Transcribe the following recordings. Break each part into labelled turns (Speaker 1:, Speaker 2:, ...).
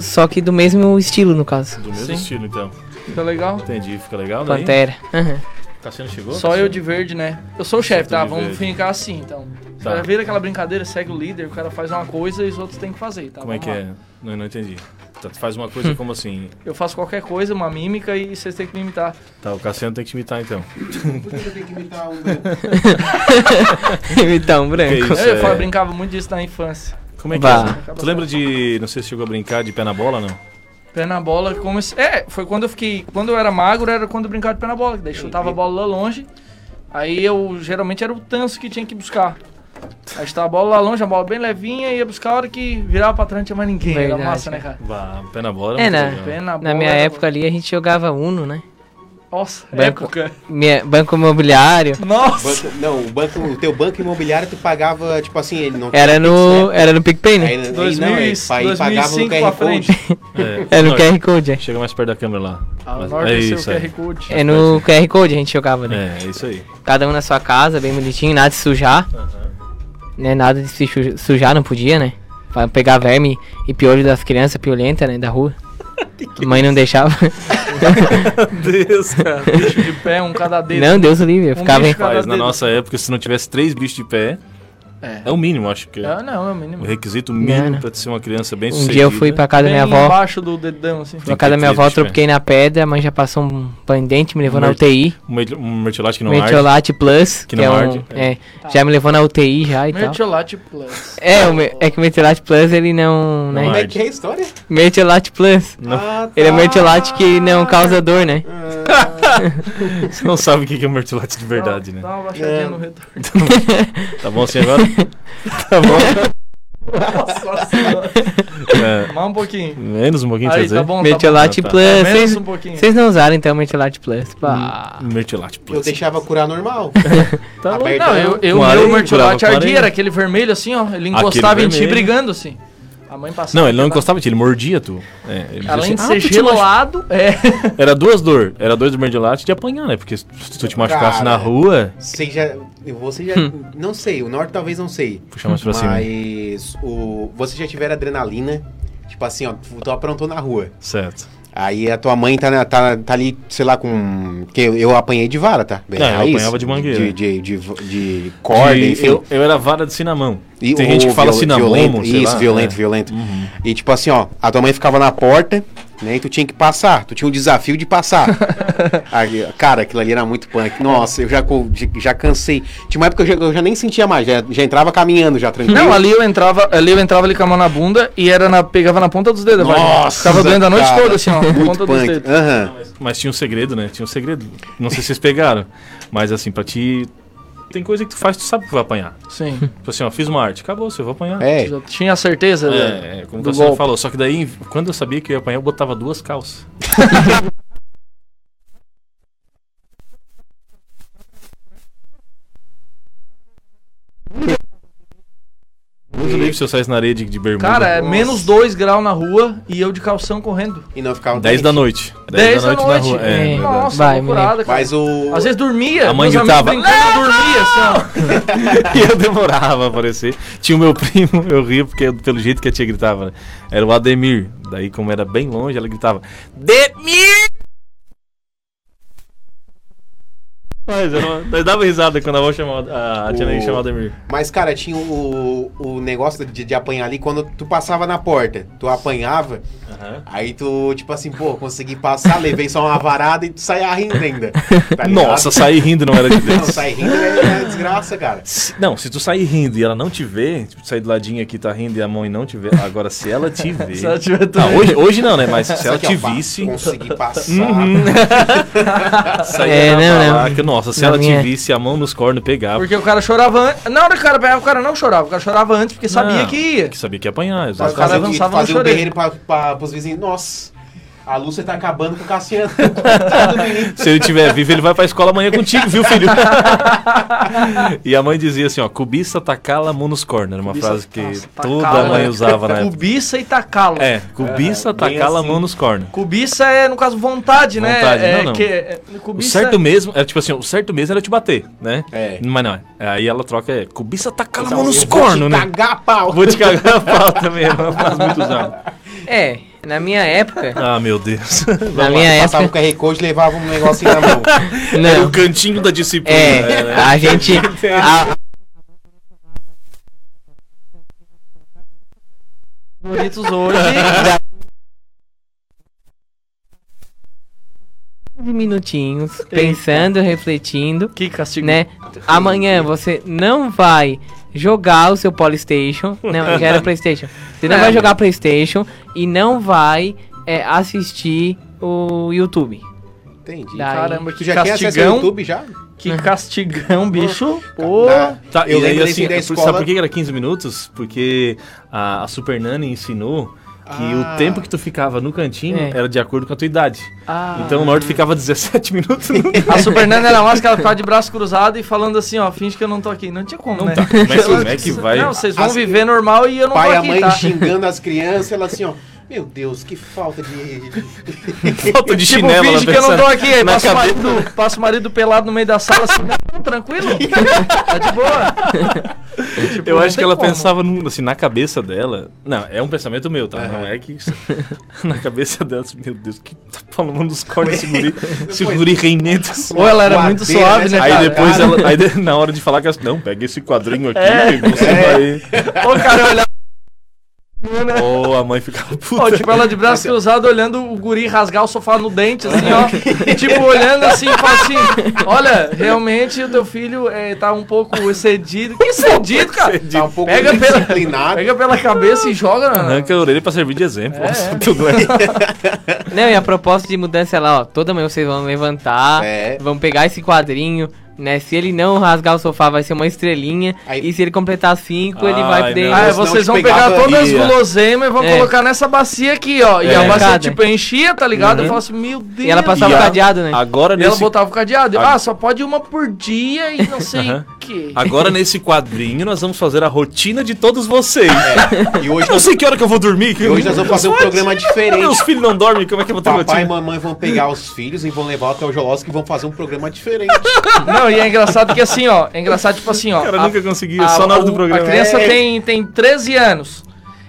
Speaker 1: Só que do mesmo estilo, no caso.
Speaker 2: Do mesmo
Speaker 3: Sim.
Speaker 2: estilo, então.
Speaker 3: Fica Tá legal.
Speaker 2: Entendi, fica legal daí?
Speaker 1: Pantera. Aham.
Speaker 2: Cassiano chegou?
Speaker 3: Só eu de verde, né? Eu sou o
Speaker 2: Só
Speaker 3: chefe,
Speaker 2: tu
Speaker 3: tá?
Speaker 2: de
Speaker 3: Vamos
Speaker 2: verde.
Speaker 3: ficar assim, então. Os
Speaker 2: Tá.
Speaker 3: caras viram aquela brincadeira, segue o líder, o cara faz uma coisa e os outros têm que fazer, tá?
Speaker 2: Como é
Speaker 3: Vamos
Speaker 2: que
Speaker 3: lá.
Speaker 2: é? Não, não entendi. Tá, tu faz uma coisa como assim.
Speaker 3: Eu faço qualquer coisa, uma mímica, e vocês têm que me imitar.
Speaker 2: Tá, o Cassiano tem que te imitar então.
Speaker 4: Por que eu tenho que imitar um grupo?
Speaker 1: Então, branco.
Speaker 2: Que isso,
Speaker 3: eu, eu
Speaker 2: é-
Speaker 3: falo, brincava muito disso na infância.
Speaker 2: Como é que
Speaker 1: Vá.
Speaker 2: é? Tu lembra de. Não sei se chegou a brincar de pé na bola, não?
Speaker 3: Pé na bola, como esse- É, foi quando eu fiquei. Quando eu era magro, era quando eu brincava de pé na bola, que daí chutava a bola lá longe. Aí eu geralmente era o tanso que tinha que buscar. Aí chutava a bola lá longe, a bola bem levinha, ia buscar a hora que virava pra trás não tinha mais ninguém.
Speaker 1: Verdade,
Speaker 3: era massa, né, cara?
Speaker 2: Bah, pé na bola.
Speaker 1: É,
Speaker 2: muito
Speaker 1: né?
Speaker 2: legal.
Speaker 3: Pé na bola.
Speaker 1: Na minha
Speaker 3: era-
Speaker 2: né,
Speaker 1: época ali a gente jogava Uno, né?
Speaker 3: Nossa,
Speaker 1: Branco.
Speaker 3: época.
Speaker 1: Minha- banco imobiliário.
Speaker 3: Nossa!
Speaker 4: Banco- não, o, banco, o teu banco imobiliário tu pagava, tipo assim, ele não
Speaker 1: Era no. Era no PicPay,
Speaker 4: Aí,
Speaker 1: né?
Speaker 4: aí não, é,
Speaker 3: 2000,
Speaker 4: aí pagava no
Speaker 3: 2005 pra
Speaker 4: QR Code.
Speaker 3: frente.
Speaker 2: É.
Speaker 1: Era no
Speaker 2: Não,
Speaker 1: QR Code, é.
Speaker 2: Chega mais perto da câmera lá.
Speaker 3: A
Speaker 2: Mas-
Speaker 3: norte
Speaker 2: é
Speaker 3: é seu
Speaker 2: isso aí.
Speaker 3: QR Code.
Speaker 1: É no QR Code a gente jogava, né?
Speaker 2: É, é isso aí.
Speaker 1: Cada um na sua casa, bem bonitinho, nada de sujar. Né? Nada de se chu- sujar, não podia, né? Pra pegar verme e piolho das crianças, piolenta, né? Da rua. Mãe não deixava.
Speaker 2: Deus, cara.
Speaker 3: Bicho de pé, um cada dedo.
Speaker 1: Não, Deus livre. Eu
Speaker 3: Um
Speaker 1: ficava. em-
Speaker 3: bicho
Speaker 2: Mas na
Speaker 3: dedo.
Speaker 2: nossa época, se não tivesse três bichos de pé, é,
Speaker 3: É.
Speaker 2: o mínimo, acho que é.
Speaker 3: Ah, não, é o
Speaker 2: O
Speaker 3: mínimo.
Speaker 2: requisito
Speaker 1: Não,
Speaker 2: mínimo
Speaker 1: não.
Speaker 2: pra te ser uma criança bem
Speaker 1: Um
Speaker 2: sucedida.
Speaker 1: dia eu fui pra casa da minha
Speaker 3: Bem
Speaker 1: avó.
Speaker 3: embaixo do dedão, assim.
Speaker 1: Pra
Speaker 2: Tem
Speaker 1: casa da
Speaker 2: que
Speaker 1: minha
Speaker 2: ter
Speaker 1: avó,
Speaker 2: triste,
Speaker 1: tropiquei na pedra, a mãe já passou um pendente, me levou na
Speaker 2: Mer-
Speaker 1: UTI.
Speaker 2: Um meti- um mertiolate que não arde.
Speaker 1: Metiolate Plus,
Speaker 2: Que
Speaker 1: que,
Speaker 2: não
Speaker 1: é um.
Speaker 2: arde, é.
Speaker 1: é, Já me levou na UTI já e tal.
Speaker 3: Mertiolate Plus.
Speaker 1: tá? É, o me- é que o Metiolate Plus ele não.
Speaker 2: Não
Speaker 1: né?
Speaker 4: Como
Speaker 2: arde.
Speaker 4: é que é a história?
Speaker 1: Metiolate Plus.
Speaker 2: Não.
Speaker 4: Ah, tá.
Speaker 1: Ele é Metiolate que não causa dor, né?
Speaker 4: Ah,
Speaker 2: Você não sabe o que é um mertiolate de verdade, né?
Speaker 3: Dá uma baixadinha
Speaker 4: É.
Speaker 3: no retorno.
Speaker 2: Tá bom assim agora? tá bom.
Speaker 3: Nossa senhora.
Speaker 2: É,
Speaker 3: Mais um pouquinho.
Speaker 2: menos um pouquinho, quer
Speaker 3: Aí,
Speaker 2: dizer.
Speaker 3: tá bom, tá bom.
Speaker 1: Metiolate
Speaker 2: tá.
Speaker 1: Plus.
Speaker 3: Menos
Speaker 1: é, Vocês-
Speaker 3: um pouquinho.
Speaker 1: Vocês não usaram então o Metiolate Plus.
Speaker 2: Hum.
Speaker 1: Pá.
Speaker 2: Mertiolate
Speaker 4: eu
Speaker 2: plus.
Speaker 4: deixava curar normal.
Speaker 3: Tá bom.
Speaker 4: Aperta
Speaker 3: Não,
Speaker 4: aí.
Speaker 3: eu, eu
Speaker 2: Com areia,
Speaker 3: meu mertiolate
Speaker 2: curava com
Speaker 3: ardia,
Speaker 2: areia.
Speaker 3: era aquele vermelho assim, ó. Ele encostava em ti
Speaker 2: vermelho.
Speaker 3: brigando, assim. A mãe passava.
Speaker 2: Não, ele não
Speaker 3: pela-
Speaker 2: encostava em ti, ele mordia tu. É, ele dizia
Speaker 3: Além de
Speaker 2: assim,
Speaker 3: ser
Speaker 2: "Ah, tu te
Speaker 3: gelado, é.
Speaker 2: machu-" Era duas dor. Era dois do mertiolate de apanhar, né? Porque se tu te machucasse
Speaker 4: Cara.
Speaker 2: na rua,
Speaker 4: Você já. Você já.
Speaker 1: Hum.
Speaker 4: Não sei, o norte talvez não sei.
Speaker 2: puxa mais pra cima.
Speaker 4: Mas o, você já tiver adrenalina? Tipo assim, ó, tu aprontou na rua.
Speaker 2: Certo.
Speaker 4: Aí a tua mãe tá, na- tá, tá ali, sei lá, com. Que eu, eu apanhei de vara, tá? Bem
Speaker 2: É, eu
Speaker 4: raiz,
Speaker 2: apanhava de mangueira.
Speaker 4: De, de, de, de corda,
Speaker 2: De-
Speaker 4: enfim.
Speaker 2: eu, eu era vara de cinnamon.
Speaker 4: E
Speaker 2: Tem
Speaker 4: o
Speaker 2: gente que fala
Speaker 4: viol-
Speaker 2: cinnamon,
Speaker 4: violento,
Speaker 2: sei
Speaker 4: Isso,
Speaker 2: lá,
Speaker 4: violento,
Speaker 2: é.
Speaker 4: violento. E tipo assim, ó, a tua mãe ficava na porta, né? E tu tinha que passar. Tu tinha um desafio de passar. Aí, cara, aquilo ali era muito punk. Nossa, eu já, co- já cansei. Tinha uma época que eu já, eu já nem sentia mais, já, já entrava caminhando, já tranquilo.
Speaker 3: Não, ali eu entrava, ali eu entrava ali com a mão na bunda e era na, pegava na ponta dos dedos. vai.
Speaker 4: Nossa,
Speaker 3: Ficava doendo a noite
Speaker 4: cara.
Speaker 3: toda, assim, ó. Na
Speaker 4: muito
Speaker 3: ponta dos
Speaker 4: punk.
Speaker 3: dedos.
Speaker 4: Aham.
Speaker 2: Mas tinha um segredo, né? Tinha um segredo. Não sei se vocês pegaram. Mas assim, pra ti. Tem coisa que tu faz, tu sabe que tu vai apanhar.
Speaker 3: Sim.
Speaker 2: Tipo assim, ó, fiz uma arte, acabou, você vai apanhar.
Speaker 4: É.
Speaker 3: Já tinha a certeza. né?
Speaker 2: É, é, como
Speaker 3: do
Speaker 2: você
Speaker 3: golpe.
Speaker 2: falou. Só que daí, quando eu sabia que eu ia apanhar, eu botava duas calças. Deus livre se eu saísse na areia de, de bermuda.
Speaker 3: Cara, é
Speaker 4: Nossa.
Speaker 3: menos 2 graus na rua e eu de calção correndo.
Speaker 4: E não ficava
Speaker 2: 10 da noite. 10 da noite, na rua. É,
Speaker 1: É.
Speaker 2: verdade.
Speaker 3: Nossa,
Speaker 1: Vai,
Speaker 3: loucurada, cara.
Speaker 4: Mas o.
Speaker 3: Às vezes dormia,
Speaker 2: A mãe
Speaker 3: meus amigos
Speaker 2: gritava,
Speaker 3: brincando, eu dormia, assim, ó.
Speaker 2: E eu demorava a aparecer. Tinha o meu primo, eu ria porque pelo jeito que a tia gritava, né? Era o Ademir. Daí, como era bem longe, ela gritava: Demir! Mas era uma- nós dava risada quando a avó chamava. A, a tia Neide
Speaker 4: O-
Speaker 2: chamava Ademir.
Speaker 4: Mas, cara, tinha o, o negócio de, de apanhar ali quando tu passava na porta. Tu apanhava, aí tu, tipo assim, pô, consegui passar, levei só uma varada e tu saia rindo ainda. tá ligado?
Speaker 2: Nossa, sair rindo não era de
Speaker 4: Não,
Speaker 2: Deus.
Speaker 4: sair rindo é, é desgraça, cara.
Speaker 2: Se- Não, se tu sair rindo e ela não te vê, tipo, tu sair do ladinho aqui, tá rindo e a mãe não te vê. Agora, se ela te vê.
Speaker 3: Se ela tiver
Speaker 2: Não,
Speaker 3: dormindo.
Speaker 2: hoje, hoje não, né? Mas se
Speaker 4: Só
Speaker 2: ela
Speaker 4: que,
Speaker 2: te
Speaker 4: ó, pa-
Speaker 2: visse. Uhum.
Speaker 4: Consegui passar.
Speaker 2: Saía
Speaker 1: É,
Speaker 2: na
Speaker 1: não, não.
Speaker 2: balaca. Nossa, se
Speaker 1: Na
Speaker 2: ela
Speaker 1: minha-
Speaker 2: te visse, a mão nos cornos pegava.
Speaker 3: Porque o cara chorava antes. Na hora que o cara pegava, o cara não chorava. O cara chorava antes porque sabia
Speaker 2: Não,
Speaker 3: que ia.
Speaker 2: Que sabia que ia apanhar,
Speaker 4: Mas
Speaker 2: exato.
Speaker 3: cara
Speaker 4: fazia,
Speaker 3: avançava no
Speaker 4: fazia um
Speaker 3: choreiro.
Speaker 4: berreiro pra, pra, pros vizinhos. Nossa, a Lúcia tá acabando com o Cassiano.
Speaker 2: Se ele tiver vivo, ele vai pra escola amanhã contigo, viu, filho? e a mãe dizia assim, ó, cubiça tacala monos corner. Era uma
Speaker 3: Cubiça-
Speaker 2: frase que
Speaker 3: Nossa,
Speaker 2: toda
Speaker 3: tacala.
Speaker 2: mãe usava na época.
Speaker 3: Cubiça e tacalo.
Speaker 2: É, cubiça
Speaker 4: É, bem
Speaker 2: tacala
Speaker 4: assim.
Speaker 2: monos corner.
Speaker 3: Cubiça é, no caso, vontade, né?
Speaker 2: Vontade,
Speaker 3: É,
Speaker 2: não, não.
Speaker 3: Que, é,
Speaker 2: O
Speaker 3: cubiça
Speaker 2: certo mesmo, era tipo assim, o certo mesmo era te bater, né?
Speaker 4: É.
Speaker 2: Mas não, aí ela troca, é, cubiça tacala
Speaker 4: Eu
Speaker 2: monos
Speaker 4: vou te
Speaker 2: corno, né?
Speaker 4: Cagar a pau.
Speaker 2: Vou te cagar a pau também, é uma frase muito usada.
Speaker 1: É, na minha época.
Speaker 2: Ah, meu Deus.
Speaker 1: na
Speaker 4: Lá,
Speaker 1: minha
Speaker 4: passava
Speaker 1: época.
Speaker 4: o QR Code e levava um negocinho na mão.
Speaker 2: Era É o
Speaker 1: Não.
Speaker 2: cantinho da disciplina. é,
Speaker 1: É,
Speaker 2: né?
Speaker 1: a gente. a-
Speaker 3: Bonitos hoje.
Speaker 1: 15 minutinhos, pensando, refletindo,
Speaker 3: que castigo.
Speaker 1: né? Amanhã você não vai jogar o seu Polystation. Não, já era Playstation. Você não
Speaker 3: É.
Speaker 1: vai jogar Playstation e não vai é, assistir o YouTube.
Speaker 4: Entendi.
Speaker 1: Daí-
Speaker 3: Caramba,
Speaker 4: Tu
Speaker 3: que
Speaker 4: já quer acesso ao
Speaker 3: castigão.
Speaker 4: YouTube já?
Speaker 3: Que castigão, bicho. Pô.
Speaker 4: Dá.
Speaker 2: Tá,
Speaker 4: Eu
Speaker 2: e aí,
Speaker 4: lembro desse
Speaker 2: assim,
Speaker 4: da
Speaker 2: por-
Speaker 4: escola-
Speaker 2: sabe por que era 15 minutos? Porque a, a Super Nani ensinou que
Speaker 4: Ah.
Speaker 2: o tempo que tu ficava no cantinho
Speaker 1: É.
Speaker 2: era de acordo com a tua idade.
Speaker 3: Ah.
Speaker 2: Então o Norte ficava 17 minutos. no-
Speaker 3: A Super Nana era mais que ela ficava de braço cruzado e falando assim, ó, finge que eu não tô aqui. Não tinha como, né?
Speaker 2: Como é que- como é que vai?
Speaker 3: Não, vocês vão
Speaker 4: As-
Speaker 3: viver normal e eu não
Speaker 4: Pai
Speaker 3: vou
Speaker 4: e a
Speaker 3: aqui,
Speaker 4: mãe
Speaker 3: tá?
Speaker 4: xingando as crianças, ela assim, ó. Meu Deus, que falta de.
Speaker 2: Falta de
Speaker 3: Tipo,
Speaker 2: chinelo. ela
Speaker 3: finge que eu não
Speaker 2: pensando.
Speaker 3: tô aqui. Aí
Speaker 2: na
Speaker 3: passa um o,
Speaker 2: cabeça.
Speaker 3: marido, passa o marido pelado no meio da sala assim, não, tranquilo? Tá de boa. Tipo,
Speaker 2: Eu
Speaker 3: não
Speaker 2: acho que
Speaker 3: tem
Speaker 2: ela
Speaker 3: como.
Speaker 2: pensava num- assim, na cabeça dela. Não, é um pensamento meu, tá? Não é que. isso- na cabeça dela, assim, meu Deus, que tá falando dos cortes esse guri, esse guri reinento.
Speaker 3: Ou ela era
Speaker 4: Uma
Speaker 3: muito
Speaker 4: madeira,
Speaker 3: suave,
Speaker 4: né,
Speaker 3: né,
Speaker 2: Aí
Speaker 3: cara?
Speaker 2: depois ela. Aí de- na hora de falar que ela- Não, pega esse quadrinho aqui, você vai.
Speaker 3: Ô, cara, olha...
Speaker 2: Ô, a mãe ficava puta.
Speaker 3: Ó, tipo, ela de braço cruzado olhando o guri rasgar o sofá no dente, assim, ó. E, tipo, olhando assim, fala assim: Olha, realmente o teu filho eh, tá um pouco excedido. Que excedido, cara?
Speaker 4: Tá um pouco
Speaker 3: Pega pela-
Speaker 4: disciplinado.
Speaker 3: Pega pela cabeça e joga né? na.
Speaker 2: Arranca né, a orelha pra servir de exemplo.
Speaker 3: É, é.
Speaker 2: Tu não é-
Speaker 1: Não, Né? e a proposta de mudança é lá, ó. Toda manhã vocês vão levantar,
Speaker 4: É.
Speaker 1: vão pegar esse quadrinho, né? Se ele não rasgar o sofá, vai ser uma estrelinha.
Speaker 4: Aí-
Speaker 1: E se ele completar cinco, ele
Speaker 2: Ai,
Speaker 1: vai poder.
Speaker 2: meu
Speaker 3: Ah, é,
Speaker 4: Senão
Speaker 3: vocês
Speaker 4: te
Speaker 3: vão pegar
Speaker 4: pegava
Speaker 3: todas as
Speaker 2: ali, ó.
Speaker 3: guloseimas e vão
Speaker 1: É.
Speaker 3: colocar nessa bacia aqui, ó. E
Speaker 2: É. Uhum.
Speaker 3: a bacia,
Speaker 1: Cada.
Speaker 3: tipo, enchia, tá ligado? Eu falo assim, meu Deus.
Speaker 1: E ela passava
Speaker 2: E
Speaker 1: o
Speaker 2: a-
Speaker 1: cadeado, né?
Speaker 2: Agora
Speaker 3: E ela
Speaker 2: nesse,
Speaker 3: botava o cadeado.
Speaker 2: Ah.
Speaker 3: Ah, só pode uma por dia e não sei o
Speaker 2: Aham.
Speaker 3: quê.
Speaker 2: agora nesse quadrinho nós vamos fazer a rotina de todos vocês.
Speaker 4: E hoje,
Speaker 2: Eu não sei que hora que eu vou dormir. Que
Speaker 4: e hoje nós vamos fazer um programa diferente.
Speaker 2: Meus filhos não dormem, como é que eu vou ter
Speaker 4: Papai e
Speaker 2: rotina?
Speaker 4: mamãe vão pegar os filhos e vão levar até o Jolosco e vão fazer um programa diferente.
Speaker 3: Não, e é engraçado que assim, ó. É engraçado, tipo assim, ó.
Speaker 2: O cara
Speaker 3: a-
Speaker 2: nunca conseguia, só na hora do
Speaker 3: o-
Speaker 2: programa.
Speaker 3: A criança
Speaker 4: É.
Speaker 3: tem, tem 13 anos.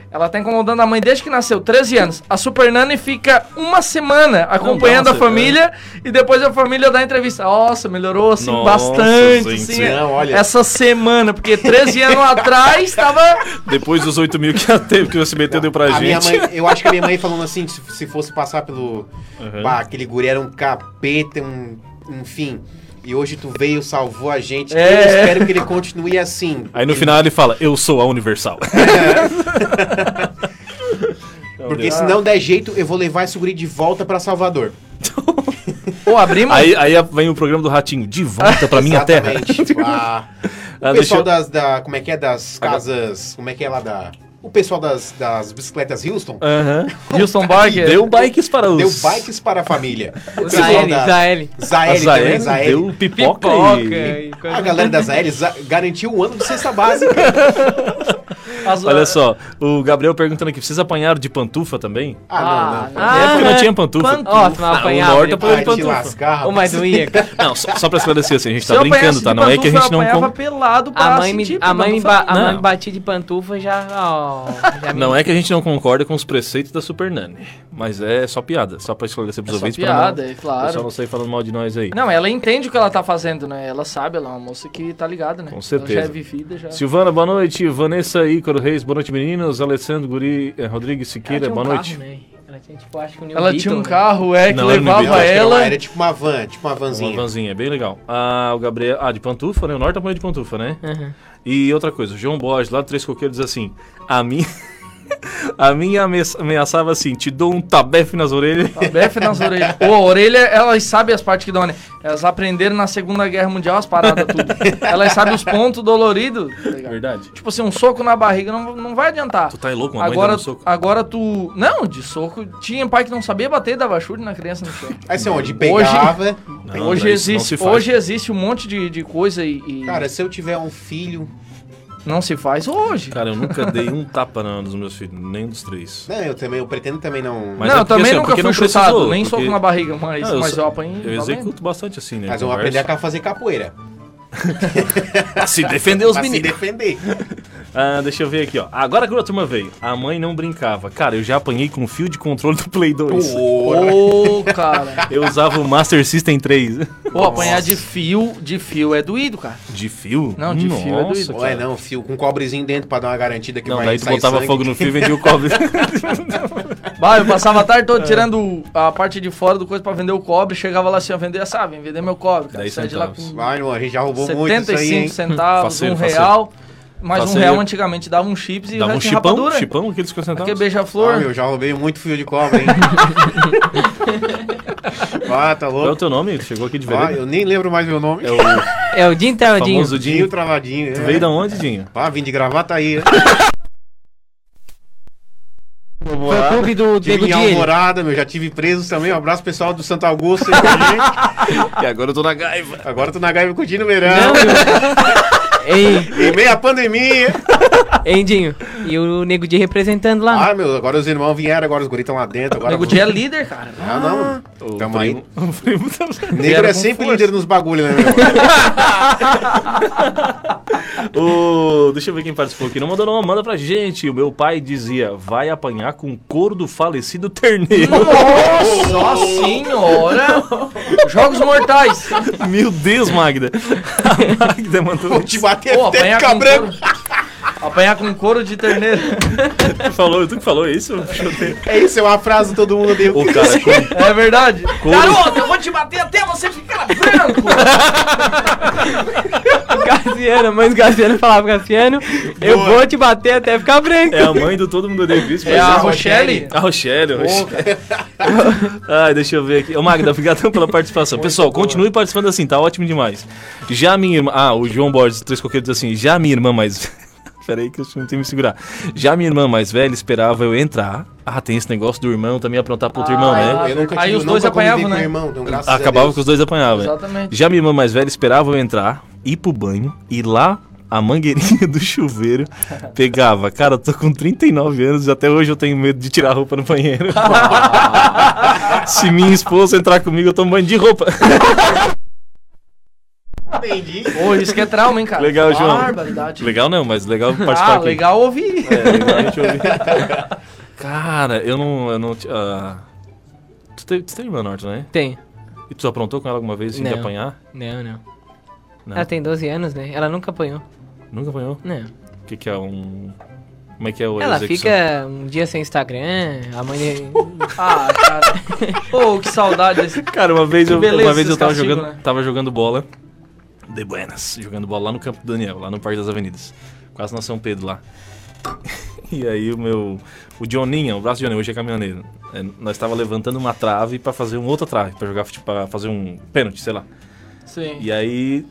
Speaker 3: Ela tá incomodando a mãe desde que nasceu, 13 anos. A Super Nani fica uma semana acompanhando
Speaker 2: nossa, é.
Speaker 3: a família e depois a família dá entrevista. Nossa, melhorou assim
Speaker 2: Nossa,
Speaker 3: bastante.
Speaker 2: gente.
Speaker 3: assim,
Speaker 4: Não, olha.
Speaker 3: Essa semana, porque 13 anos atrás tava.
Speaker 2: Depois dos 8 mil que ela teve, que o SBT deu pra
Speaker 4: a
Speaker 2: gente.
Speaker 4: minha mãe, eu acho que a minha mãe falando assim, se, se fosse passar pelo. Bah, aquele guri era um capeta, um. Enfim. E hoje tu veio, salvou a gente. Eu
Speaker 3: É.
Speaker 4: espero que ele continue assim.
Speaker 2: Aí no
Speaker 4: Ele-
Speaker 2: final ele fala, eu sou a Universal.
Speaker 4: Porque se não der jeito, eu vou levar esse guri de volta pra Salvador.
Speaker 3: Pô, abrimos.
Speaker 2: Aí, aí vem o programa do Ratinho, de volta pra minha terra.
Speaker 4: Exatamente. Ah,
Speaker 2: Ah,
Speaker 4: o
Speaker 2: deixa
Speaker 4: pessoal
Speaker 2: eu-
Speaker 4: das, da. Como é que é? Das casas. Como é que é lá da. O pessoal das, das bicicletas Houston
Speaker 2: Aham.
Speaker 3: Wilson
Speaker 1: é-
Speaker 3: Barker.
Speaker 2: Deu bikes para Ah, os...
Speaker 4: deu bikes para a família. O pessoal
Speaker 1: Zaeli,
Speaker 4: da.
Speaker 1: Zaeli.
Speaker 2: A
Speaker 4: Zaeli também,
Speaker 2: Zaeli
Speaker 4: Zaeli.
Speaker 2: deu pipoca,
Speaker 3: é.
Speaker 2: e...
Speaker 1: e coisa-
Speaker 4: A Ah, galera da Zaeli za- garantiu um ano de cesta básica.
Speaker 3: As-
Speaker 2: Olha só, o Gabriel perguntando aqui, vocês apanharam de pantufa também?
Speaker 4: Ah, não, não.
Speaker 3: Ah,
Speaker 2: Na época
Speaker 1: Ah,
Speaker 2: não tinha pantufa.
Speaker 3: pantufa.
Speaker 1: Ó, tu vai
Speaker 2: Ah,
Speaker 1: apanhar.
Speaker 2: o Norte
Speaker 1: Felipe.
Speaker 2: apanhou de
Speaker 4: Vai te
Speaker 2: pantufa.
Speaker 4: lascar.
Speaker 1: Ô, mas não ia. cara.
Speaker 2: Não, só, só pra esclarecer assim, a gente
Speaker 3: Se
Speaker 2: tá
Speaker 3: eu
Speaker 2: brincando,
Speaker 3: apanhasse
Speaker 2: tá?
Speaker 3: de
Speaker 2: Não é que a
Speaker 3: pantufa,
Speaker 2: gente
Speaker 3: eu
Speaker 2: não...
Speaker 3: apanhava
Speaker 2: com-
Speaker 3: pelado pra
Speaker 1: A mãe, me,
Speaker 3: sentir
Speaker 1: a mãe, me,
Speaker 3: pantufa.
Speaker 1: ba- a mãe
Speaker 2: Não.
Speaker 1: batia de pantufa já. Ó, já me-
Speaker 2: Não é que a gente não concorda com os preceitos da Super Nani, mas é só piada, só pra esclarecer pros
Speaker 3: É só
Speaker 2: ouvintes.
Speaker 3: piada,
Speaker 2: pra não,
Speaker 3: é claro.
Speaker 2: O pessoal não sair falando mal de nós aí.
Speaker 3: Não, ela entende o que ela tá fazendo, né? Ela sabe, ela é uma moça que tá ligada, né?
Speaker 2: Com certeza.
Speaker 3: Ela já é vivida, já.
Speaker 2: Silvana, boa noite. Vanessa Ícaro Reis, boa noite, meninos. Alessandro Guri, eh, Rodrigues
Speaker 1: Ela
Speaker 2: Siqueira,
Speaker 1: tinha um
Speaker 2: boa
Speaker 1: carro,
Speaker 2: noite.
Speaker 1: né? Ela tinha, tipo, acho que um New
Speaker 3: Ela
Speaker 1: Beetle,
Speaker 3: tinha um
Speaker 1: né?
Speaker 3: carro, é, que
Speaker 2: Não, era no
Speaker 4: Eu
Speaker 3: levava
Speaker 4: acho que era uma-
Speaker 3: ela.
Speaker 4: Era tipo uma van, tipo uma
Speaker 2: Uma
Speaker 4: vanzinha.
Speaker 2: vanzinha, bem legal. Ah, o Gabriel. Ah, de pantufa, né? O Norte apanhou de pantufa, né? E outra coisa, o João Borges, lá do Três Coqueiros, diz assim: a minha. A minha ame- ameaçava assim, te dou um tabefe nas orelhas.
Speaker 3: A Bef nas orelhas. Pô, a orelha, elas sabem as partes que dão, né? Elas aprenderam na Segunda Guerra Mundial as paradas tudo. Elas sabem os pontos doloridos. tá ligado?
Speaker 2: Verdade.
Speaker 3: Tipo assim, um soco na barriga não, não vai adiantar.
Speaker 2: Tu tá louco, mamãe
Speaker 3: Agora,
Speaker 2: dando um soco.
Speaker 3: agora tu. Não, de soco. Tinha pai que não sabia bater, dava chute na criança no chão.
Speaker 4: Aí assim, onde pegava.
Speaker 2: Não,
Speaker 3: hoje,
Speaker 2: não, isso não
Speaker 3: existe,
Speaker 2: se faz.
Speaker 3: hoje existe um monte de, de coisa e, e
Speaker 4: Cara, se eu tiver um filho.
Speaker 3: não se faz hoje.
Speaker 2: Cara, eu nunca dei um tapa na- nos meus filhos, nem dos três.
Speaker 4: Não, eu também, eu pretendo também não.
Speaker 2: Mas
Speaker 4: Mas,
Speaker 3: não,
Speaker 2: é
Speaker 3: eu
Speaker 2: porque,
Speaker 3: também
Speaker 2: assim, ó,
Speaker 3: nunca
Speaker 2: porque
Speaker 3: fui
Speaker 2: não
Speaker 3: chutado,
Speaker 2: precisou,
Speaker 3: nem soco
Speaker 2: porque-
Speaker 3: na barriga, mas,
Speaker 2: Ah, eu
Speaker 3: mas
Speaker 2: só-
Speaker 3: eu apanhei.
Speaker 2: Eu
Speaker 3: tá
Speaker 2: executo bastante assim, né?
Speaker 4: eu vou
Speaker 2: Converso.
Speaker 4: aprender a fazer capoeira.
Speaker 2: Pra se defender os
Speaker 4: pra se
Speaker 2: meninos.
Speaker 4: defender.
Speaker 2: Ah, deixa eu ver aqui, ó. Agora que a turma veio. A mãe não brincava. Cara, eu já apanhei com fio de controle do Play 2.
Speaker 3: Ô, cara.
Speaker 2: Eu usava o Master System 3.
Speaker 3: Pô, apanhar de fio, de fio é doído, cara.
Speaker 2: De fio?
Speaker 3: Não, de
Speaker 2: Nossa,
Speaker 3: fio é doido.
Speaker 2: cara.
Speaker 4: Ué, não, fio com um cobrezinho dentro pra dar uma garantida que
Speaker 2: Não,
Speaker 4: vai
Speaker 2: daí tu
Speaker 4: sair
Speaker 2: botava
Speaker 4: sangue.
Speaker 2: fogo no fio e vendia o cobre.
Speaker 3: Bah, eu passava a tarde toda tirando
Speaker 2: É.
Speaker 3: a parte de fora do coisa pra vender o cobre. Chegava lá assim, ó, vender, sabe? Vem vender meu cobre, cara.
Speaker 2: Dez
Speaker 3: Saia de lá
Speaker 2: centavos.
Speaker 3: com
Speaker 4: Vai, irmão, a gente já roubou muito isso aí,
Speaker 3: 75
Speaker 4: hein?
Speaker 3: centavos,
Speaker 2: Faceiro,
Speaker 3: um
Speaker 2: faceiro.
Speaker 3: real. Mas um
Speaker 2: Faceiro.
Speaker 3: real antigamente dava um chips e
Speaker 2: Dava um
Speaker 3: o resto em
Speaker 2: chipão,
Speaker 3: rapadura.
Speaker 2: chipão, aqueles que
Speaker 3: Aqui é
Speaker 2: centavos.
Speaker 4: Ah,
Speaker 3: beija-flor.
Speaker 4: eu já roubei muito fio de cobra, hein? ah, tá
Speaker 2: Qual é o
Speaker 4: louco.
Speaker 2: teu nome? Tu Chegou aqui de
Speaker 4: Ah,
Speaker 2: vereda?
Speaker 4: eu nem lembro mais meu nome.
Speaker 2: É o
Speaker 1: É o Dinho Travadinho.
Speaker 2: famoso
Speaker 4: Dinho
Speaker 2: Dinho.
Speaker 4: Travadinho.
Speaker 2: Tu
Speaker 4: é.
Speaker 2: veio da onde, Dinho?
Speaker 4: Ah, vim de gravata aí.
Speaker 1: Foi o clube do
Speaker 4: Tive
Speaker 1: Nego
Speaker 4: em
Speaker 1: Di. ele.
Speaker 4: Alvorada, meu, já tive preso também. Um abraço pessoal do Santo Augusto. aí com a gente.
Speaker 2: E agora eu tô na gaiva.
Speaker 4: Agora tô na Gaiva curtindo o verão.
Speaker 1: Não, meu.
Speaker 4: Em meio à pandemia.
Speaker 1: Ei, hein, Dinho. E o Nego Di representando lá.
Speaker 4: Ah, meu, agora os irmãos vieram, agora os guris estão lá dentro. Agora
Speaker 3: Nego Di é líder, cara.
Speaker 4: Ah, não. Tamo aí.
Speaker 2: O primo tá-
Speaker 4: Negro
Speaker 3: Vieram
Speaker 4: é
Speaker 3: com
Speaker 4: sempre
Speaker 3: força.
Speaker 4: líder nos bagulhos, né, meu?
Speaker 2: Ô, deixa eu ver quem participou aqui. Não mandou não, manda pra gente. O meu pai dizia, vai apanhar com o couro do falecido terneiro.
Speaker 3: Nossa senhora! Jogos mortais!
Speaker 2: Meu Deus, Magda. A Magda mandou.
Speaker 4: Vou te bater
Speaker 3: Pô,
Speaker 4: até
Speaker 3: apanhar
Speaker 4: ficar
Speaker 3: com
Speaker 4: branco.
Speaker 3: couro. Apanhar com couro de terneiro.
Speaker 2: Falou, tu que falou isso? Chutei.
Speaker 4: É isso, é uma frase que todo mundo odeia.
Speaker 2: Ô, cara, com
Speaker 3: É verdade?
Speaker 2: Couro.
Speaker 3: Garoto, eu vou te bater até você ficar branco!
Speaker 2: Ah.
Speaker 1: Cassiano, a mãe do Cassiano falava, Cassiano, eu
Speaker 4: Boa.
Speaker 1: vou te bater até ficar branco.
Speaker 2: é a mãe do todo mundo odeia o Cristo.
Speaker 3: É
Speaker 2: mas
Speaker 3: a
Speaker 2: ela-
Speaker 3: Rochelle?
Speaker 2: A Rochelle, a Rochelle. Ai, deixa eu ver aqui. Ô, Magda, obrigadão pela participação. Pessoal, continue participando assim, tá ótimo demais. Já minha irmã. Ah, o João Borges, três coqueiros, diz assim: já minha irmã mais. Peraí, que eu não tenho que me segurar. Já minha irmã mais velha esperava eu entrar. Ah, tem esse negócio do irmão também aprontar pro outro irmão, né?
Speaker 3: Ah,
Speaker 4: Eu nunca
Speaker 3: aí
Speaker 4: tive-
Speaker 3: os dois
Speaker 4: nunca convivi
Speaker 3: apanhavam,
Speaker 4: com
Speaker 3: né?
Speaker 4: meu irmão, então, graças a
Speaker 2: Acabava
Speaker 4: Deus.
Speaker 2: que os dois apanhavam. né?
Speaker 3: Exatamente.
Speaker 2: Já minha irmã mais velha esperava eu entrar, ir pro banho, e lá a mangueirinha do chuveiro pegava. Cara, eu tô com 39 anos e até hoje eu tenho medo de tirar a roupa no banheiro. Se minha esposa entrar comigo, eu tomo banho de roupa.
Speaker 4: Entendi.
Speaker 3: Ô, isso que é trauma, hein, cara?
Speaker 2: Legal, João.
Speaker 3: Barbaridade.
Speaker 2: Legal não, mas legal participar
Speaker 3: Ah,
Speaker 2: aqui.
Speaker 3: legal ouvir.
Speaker 2: É, legal a gente ouvir. Cara, eu não. Eu não ti- ah, tu, tem, tu tem irmã Norton, né?
Speaker 1: Tem.
Speaker 2: E tu aprontou com ela alguma vez assim, de
Speaker 1: Não.
Speaker 2: apanhar?
Speaker 1: Não, não,
Speaker 2: Não.
Speaker 1: Ela tem 12 anos, né? Ela nunca apanhou.
Speaker 2: Nunca apanhou?
Speaker 1: Não.
Speaker 2: O que, que é um. Como é que é o
Speaker 1: Ela
Speaker 2: execução?
Speaker 1: fica um dia sem Instagram, a mãe dele-
Speaker 3: Ah, cara. Ô, que saudade desse.
Speaker 2: Cara, uma vez eu,
Speaker 3: beleza
Speaker 2: uma vez eu
Speaker 3: esses
Speaker 2: tava,
Speaker 3: castigos,
Speaker 2: jogando,
Speaker 3: né?
Speaker 2: tava jogando bola. De buenas. Jogando bola lá no campo do Daniel, lá no Parque das Avenidas. Quase na São Pedro lá. E aí o meu. O Johninha, o braço do Johninha, hoje é caminhoneiro. é, nós tava levantando uma trave pra fazer uma outra trave, pra jogar fute- pra fazer um pênalti, sei lá.
Speaker 3: Sim.
Speaker 2: E aí,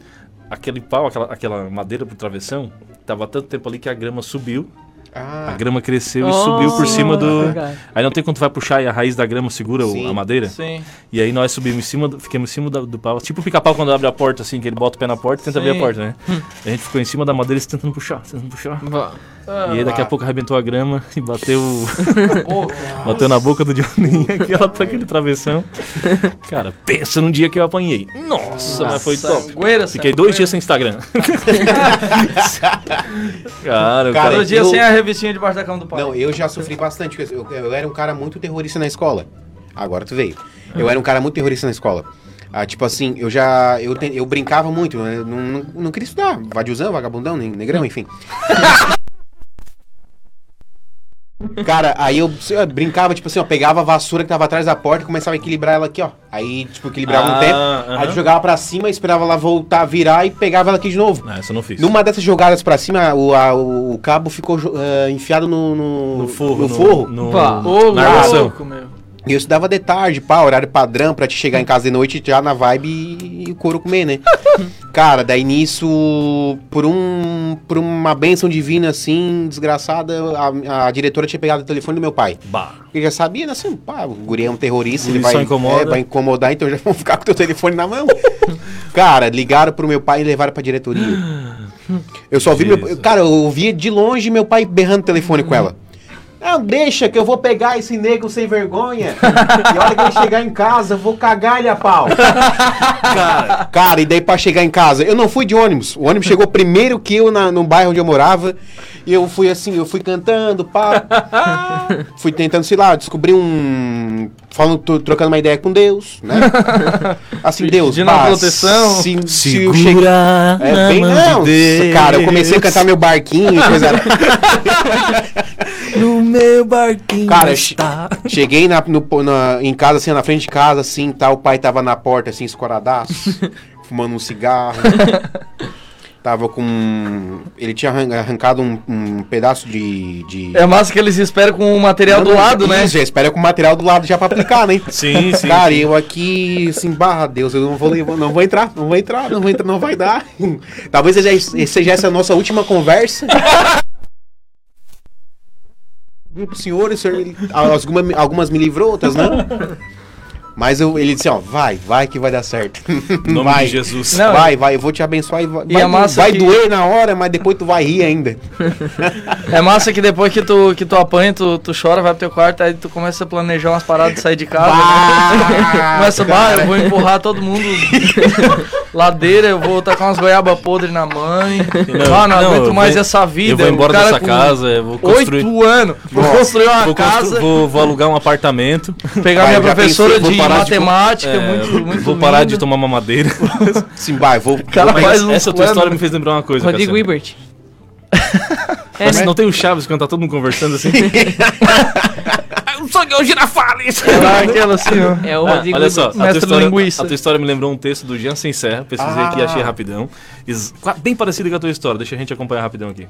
Speaker 2: aquele pau, aquela, aquela madeira pro travessão, tava tanto tempo ali que a grama subiu. A
Speaker 4: Ah,
Speaker 2: grama cresceu e subiu por cima do. Aí não tem quando tu vai puxar e a raiz da grama segura o-
Speaker 4: Sim.
Speaker 2: a madeira?
Speaker 3: Sim.
Speaker 2: E aí nós subimos em cima, do, ficamos em cima da- do, pau. Tipo o pica-pau quando abre a porta, assim, que ele bota o pé na porta e tenta
Speaker 3: Sim.
Speaker 2: abrir a porta, né? A gente ficou em cima da madeira tentando puxar, tentando puxar.
Speaker 3: Ah,
Speaker 2: E aí daqui a
Speaker 4: Ah.
Speaker 2: pouco arrebentou a grama e bateu,
Speaker 3: pô,
Speaker 2: bateu na boca do Johnny aqui, ela tá aquele travessão. Cara, pensa num dia que eu apanhei. Nossa, mas foi top. Fiquei
Speaker 3: sangueira, sangueira.
Speaker 2: dois dias sem Instagram. Cara, o
Speaker 4: Cara, um
Speaker 2: cara.
Speaker 3: Dois dias
Speaker 4: Eu-
Speaker 3: sem a revistinha debaixo da cama do pai.
Speaker 4: não, eu já sofri bastante. porque Eu, eu era um cara muito terrorista na escola. Agora tu veio. Eu era um cara muito terrorista na escola. Ah, tipo assim, eu já. Eu, te- eu brincava muito, né? Eu não, não, não queria estudar. Vadiozão, vagabundão, ne- negrão, enfim. Cara, aí eu, eu brincava, tipo assim, ó, pegava a vassoura que tava atrás da porta e começava a equilibrar ela aqui, ó. Aí, tipo, equilibrava
Speaker 2: Ah,
Speaker 4: um tempo, aí
Speaker 2: aham.
Speaker 4: tu jogava pra cima, esperava ela voltar, virar e pegava ela aqui de novo.
Speaker 2: Ah, isso eu não fiz.
Speaker 4: Numa dessas jogadas pra cima, o, a- o- o cabo ficou jo- eh, enfiado no, no,
Speaker 2: No forro.
Speaker 4: no forro.
Speaker 2: No,
Speaker 1: Pá,
Speaker 3: Ô,
Speaker 2: na armação.
Speaker 3: louco, meu.
Speaker 4: E eu estudava de tarde, pá, horário padrão, pra te chegar em casa de noite já na vibe e, e o couro comer, né? Cara, daí nisso, por, um, por uma benção divina assim, desgraçada, a, a diretora tinha pegado o telefone do meu pai.
Speaker 2: Bah.
Speaker 4: Ele já sabia, né? Assim, pá, o guri é um terrorista, ele
Speaker 2: Ele só
Speaker 4: vai,
Speaker 2: incomoda.
Speaker 4: é, vai incomodar, então já vão ficar com o teu telefone na mão. cara, ligaram pro meu pai e levaram pra diretoria. Eu só ouvi meu.
Speaker 2: Jesus.
Speaker 4: Cara, eu ouvia de longe meu pai berrando o telefone com ela. Não, deixa que eu vou pegar esse negro sem vergonha. e a hora que ele chegar em casa, eu vou cagar ele a pau. cara, cara, e daí pra chegar em casa? Eu não fui de ônibus. O ônibus chegou primeiro que eu na, no bairro onde eu morava. E eu fui assim, eu fui cantando, pá. fui tentando, sei lá, descobri um. Falando, tô trocando uma ideia com Deus, né? Assim, Deus,
Speaker 3: Pedindo uma
Speaker 4: pá,
Speaker 3: proteção.
Speaker 4: Se, se eu cheguei.
Speaker 1: Segura
Speaker 4: É bem, não, cara, eu comecei a cantar meu barquinho, coisa.
Speaker 1: no meu barquinho.
Speaker 4: Cara, Cheguei na, no, na- em casa, assim, na frente de casa, assim, tá, o pai tava na porta, assim, escoradaço, fumando um cigarro. tava com... Ele tinha arran- arrancado um, um pedaço de... de...
Speaker 3: É massa que eles esperam com o material do lado, né?
Speaker 4: Isso, espera com o material do lado já pra aplicar, né?
Speaker 2: Sim, sim.
Speaker 4: Cara,
Speaker 2: sim.
Speaker 4: eu aqui, assim, barra Deus, eu não vou levar, não vou entrar, não vou entrar, não vou entrar, não vai dar. Talvez seja, seja essa a nossa última conversa. Viu pro senhor, o senhor me- alguma, algumas me livrou, outras não. Mas eu, ele disse, ó, vai, vai que vai dar certo.
Speaker 2: Em nome
Speaker 4: vai,
Speaker 2: de Jesus.
Speaker 3: Não,
Speaker 4: vai, vai, eu vou te abençoar e vai,
Speaker 3: E
Speaker 4: vai,
Speaker 3: a massa
Speaker 4: vai
Speaker 3: que-
Speaker 4: doer na hora, mas depois tu vai rir ainda.
Speaker 3: É massa que depois que tu, que tu apanha, tu, tu chora, vai pro teu quarto, aí tu começa a planejar umas paradas de sair de casa.
Speaker 4: Ah,
Speaker 3: né? Começa, bah,
Speaker 4: cara.
Speaker 3: eu vou empurrar todo mundo. Ladeira, eu vou tacar umas goiabas podres na mãe.
Speaker 2: Não,
Speaker 3: ah, não,
Speaker 2: não,
Speaker 3: aguento
Speaker 2: eu
Speaker 3: mais
Speaker 2: vou-
Speaker 3: essa vida.
Speaker 2: eu vou
Speaker 3: O
Speaker 2: embora
Speaker 3: cara
Speaker 2: dessa
Speaker 3: com
Speaker 2: casa, eu vou construir.
Speaker 3: Oito anos. Vou
Speaker 4: Nossa,
Speaker 3: construir uma
Speaker 2: Vou, constru-
Speaker 3: casa,
Speaker 2: vou- vou alugar um apartamento.
Speaker 3: pegar
Speaker 4: Vai,
Speaker 3: minha
Speaker 4: eu já
Speaker 3: professora
Speaker 4: pensei, vou
Speaker 3: de
Speaker 4: parar de-
Speaker 3: matemática,
Speaker 2: É,
Speaker 3: muito, muito
Speaker 2: vou parar de
Speaker 3: linda.
Speaker 2: tomar uma madeira.
Speaker 4: Sim, vai, vou...
Speaker 3: Cara,
Speaker 4: vou-
Speaker 3: faz um
Speaker 2: Essa tua
Speaker 3: plano.
Speaker 2: história me fez lembrar uma coisa.
Speaker 1: Rodrigo
Speaker 2: Cassiano.
Speaker 1: Hilbert. é,
Speaker 2: Mas
Speaker 1: né?
Speaker 2: não tem o Chaves quando tá todo mundo conversando assim. o sangue é o girafales!
Speaker 3: Lá, aquela assim, ó.
Speaker 1: É o
Speaker 2: Ah,
Speaker 1: Rodrigo
Speaker 2: olha só, a tua,
Speaker 3: Mestre do
Speaker 2: história,
Speaker 3: linguiça.
Speaker 2: a tua história me lembrou um texto do Jansen Serra, pesquisei aqui,
Speaker 4: Ah.
Speaker 2: achei rapidão. Ex- qua- Bem parecido com a tua história, deixa a gente acompanhar rapidão aqui.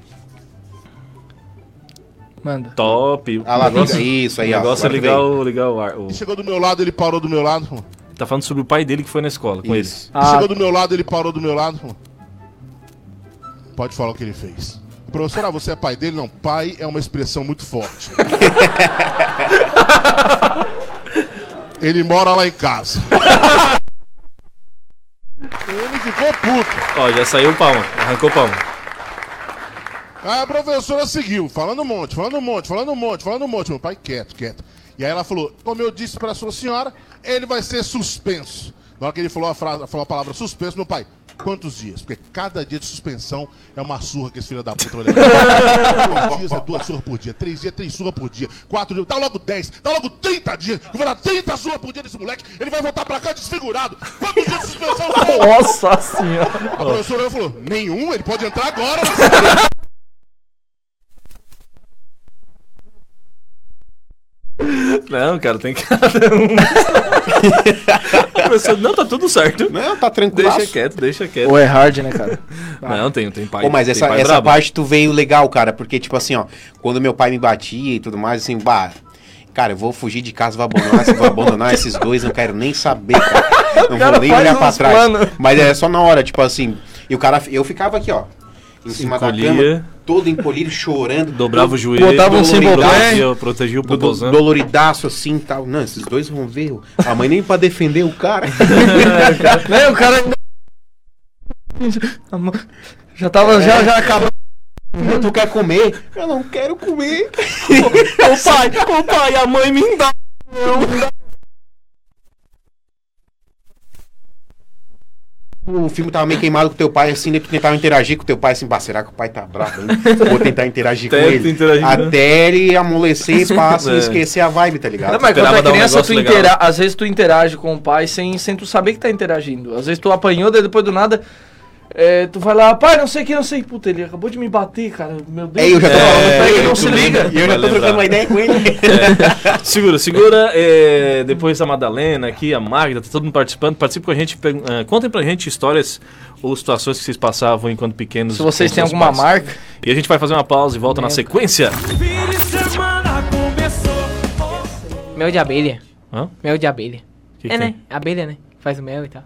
Speaker 3: Manda.
Speaker 2: Top!
Speaker 4: Ah lá, isso aí,
Speaker 2: o
Speaker 4: ó.
Speaker 2: negócio é
Speaker 4: agora
Speaker 2: legal, legal o ar. o-
Speaker 5: Ele chegou do meu lado, ele parou do meu lado. mano. Ele
Speaker 2: Tá falando sobre o pai dele que foi na escola com
Speaker 4: veio.
Speaker 2: ele.
Speaker 4: Isso.
Speaker 3: Ah,
Speaker 5: chegou do meu lado, ele parou do meu lado. mano. Pode falar o que ele fez. Professora, você é pai dele? Não, pai é uma expressão muito forte. ele mora lá em casa. ele ficou puto.
Speaker 2: Ah, Ó, já saiu o palmo, arrancou o palmo.
Speaker 5: Aí a professora seguiu, falando um monte, falando um monte, falando um monte, falando um monte. Meu pai quieto, quieto. E aí ela falou, como eu disse pra sua senhora, ele vai ser suspenso. Na hora que ele falou a, frase, falou a palavra suspenso, meu pai, quantos dias? Porque cada dia de suspensão é uma surra que esse filho da puta vai levar. Dois dias é duas surras por dia, três dias é três surras por dia, quatro dias, dá logo dez, dá logo trinta dias. Eu vou dar trinta surras por dia nesse moleque, ele vai voltar pra cá desfigurado. Quantos dias de suspensão são?
Speaker 3: nossa senhora.
Speaker 5: A professora olhou e falou: nenhum, ele pode entrar agora.
Speaker 2: Não, cara, tem cada um. O professor, não, tá tudo certo.
Speaker 4: Não, tá tranquilo.
Speaker 2: Deixa quieto, deixa quieto.
Speaker 3: Ou é hard, né, cara?
Speaker 2: Não, tem, tem pai.
Speaker 4: Pô, mas
Speaker 2: tem
Speaker 4: essa,
Speaker 2: pai
Speaker 4: essa
Speaker 2: brabo. né?
Speaker 4: parte tu veio legal, cara, porque, tipo assim, ó, quando meu pai me batia e tudo mais, assim, bah, cara, eu vou fugir de casa, vou abandonar, esse- vou abandonar esses dois, não quero nem saber, cara. Não
Speaker 3: cara
Speaker 4: vou nem
Speaker 3: faz
Speaker 4: olhar pra
Speaker 3: uns
Speaker 4: trás.
Speaker 3: planos.
Speaker 4: Mas é só na hora, tipo assim, e o cara, eu ficava aqui, ó, em cima
Speaker 2: Encolhia.
Speaker 4: da cama, todo encolhido, chorando.
Speaker 2: Dobrava o joelho,
Speaker 3: Botava um
Speaker 2: doloridaço,
Speaker 3: Simboplé.
Speaker 2: eu protegia o
Speaker 4: do, do,
Speaker 2: popozão.
Speaker 4: doloridaço assim e tal. Não, esses dois vão ver. A mãe nem pra defender o cara.
Speaker 3: né, o cara. Já tava, já, já acabou.
Speaker 4: tu quer comer? Eu não quero comer.
Speaker 2: O pai, o pai, a mãe me dá.
Speaker 4: o filme tava meio queimado com teu pai, assim, né? Tu tentava interagir com teu pai, assim, pá, será que o pai tá bravo, hein? Vou tentar interagir com
Speaker 2: Tenta
Speaker 4: ele.
Speaker 2: interagir, né?
Speaker 4: até ele amolecer, passa
Speaker 2: É.
Speaker 4: e esquecer a vibe, tá ligado?
Speaker 3: Não, mas quando
Speaker 2: Esperava
Speaker 3: é
Speaker 2: dar um
Speaker 3: criança, tu
Speaker 2: negócio legal.
Speaker 3: intera... às vezes tu interage com o pai sem, sem tu saber que tá interagindo. Às vezes tu apanhou, daí depois do nada, é, tu vai lá, pai, não sei o que, não sei. Puta, ele acabou de me bater, cara. Meu Deus.
Speaker 4: Ei, eu já tô
Speaker 2: É,
Speaker 4: falando pra ele,
Speaker 3: não
Speaker 4: eu
Speaker 3: se
Speaker 4: tô-
Speaker 3: liga.
Speaker 4: E eu já
Speaker 2: Vai
Speaker 4: tô
Speaker 2: lembrar. É.
Speaker 4: trocando uma ideia com ele.
Speaker 2: Segura, segura. é, depois a Madalena aqui, a Magda, tá todo mundo participando. Participe com a gente. pergun- ah, contem pra gente histórias ou situações que vocês passavam enquanto pequenos.
Speaker 3: Se vocês
Speaker 2: com
Speaker 3: têm
Speaker 2: seus
Speaker 3: alguma
Speaker 2: pais.
Speaker 3: marca.
Speaker 2: E a gente vai fazer uma pausa e volta na sequência.
Speaker 1: Mel de abelha.
Speaker 2: Hã?
Speaker 1: Mel de abelha.
Speaker 2: Que que
Speaker 1: é,
Speaker 2: tem?
Speaker 1: né? Abelha, né? Faz o mel e tal.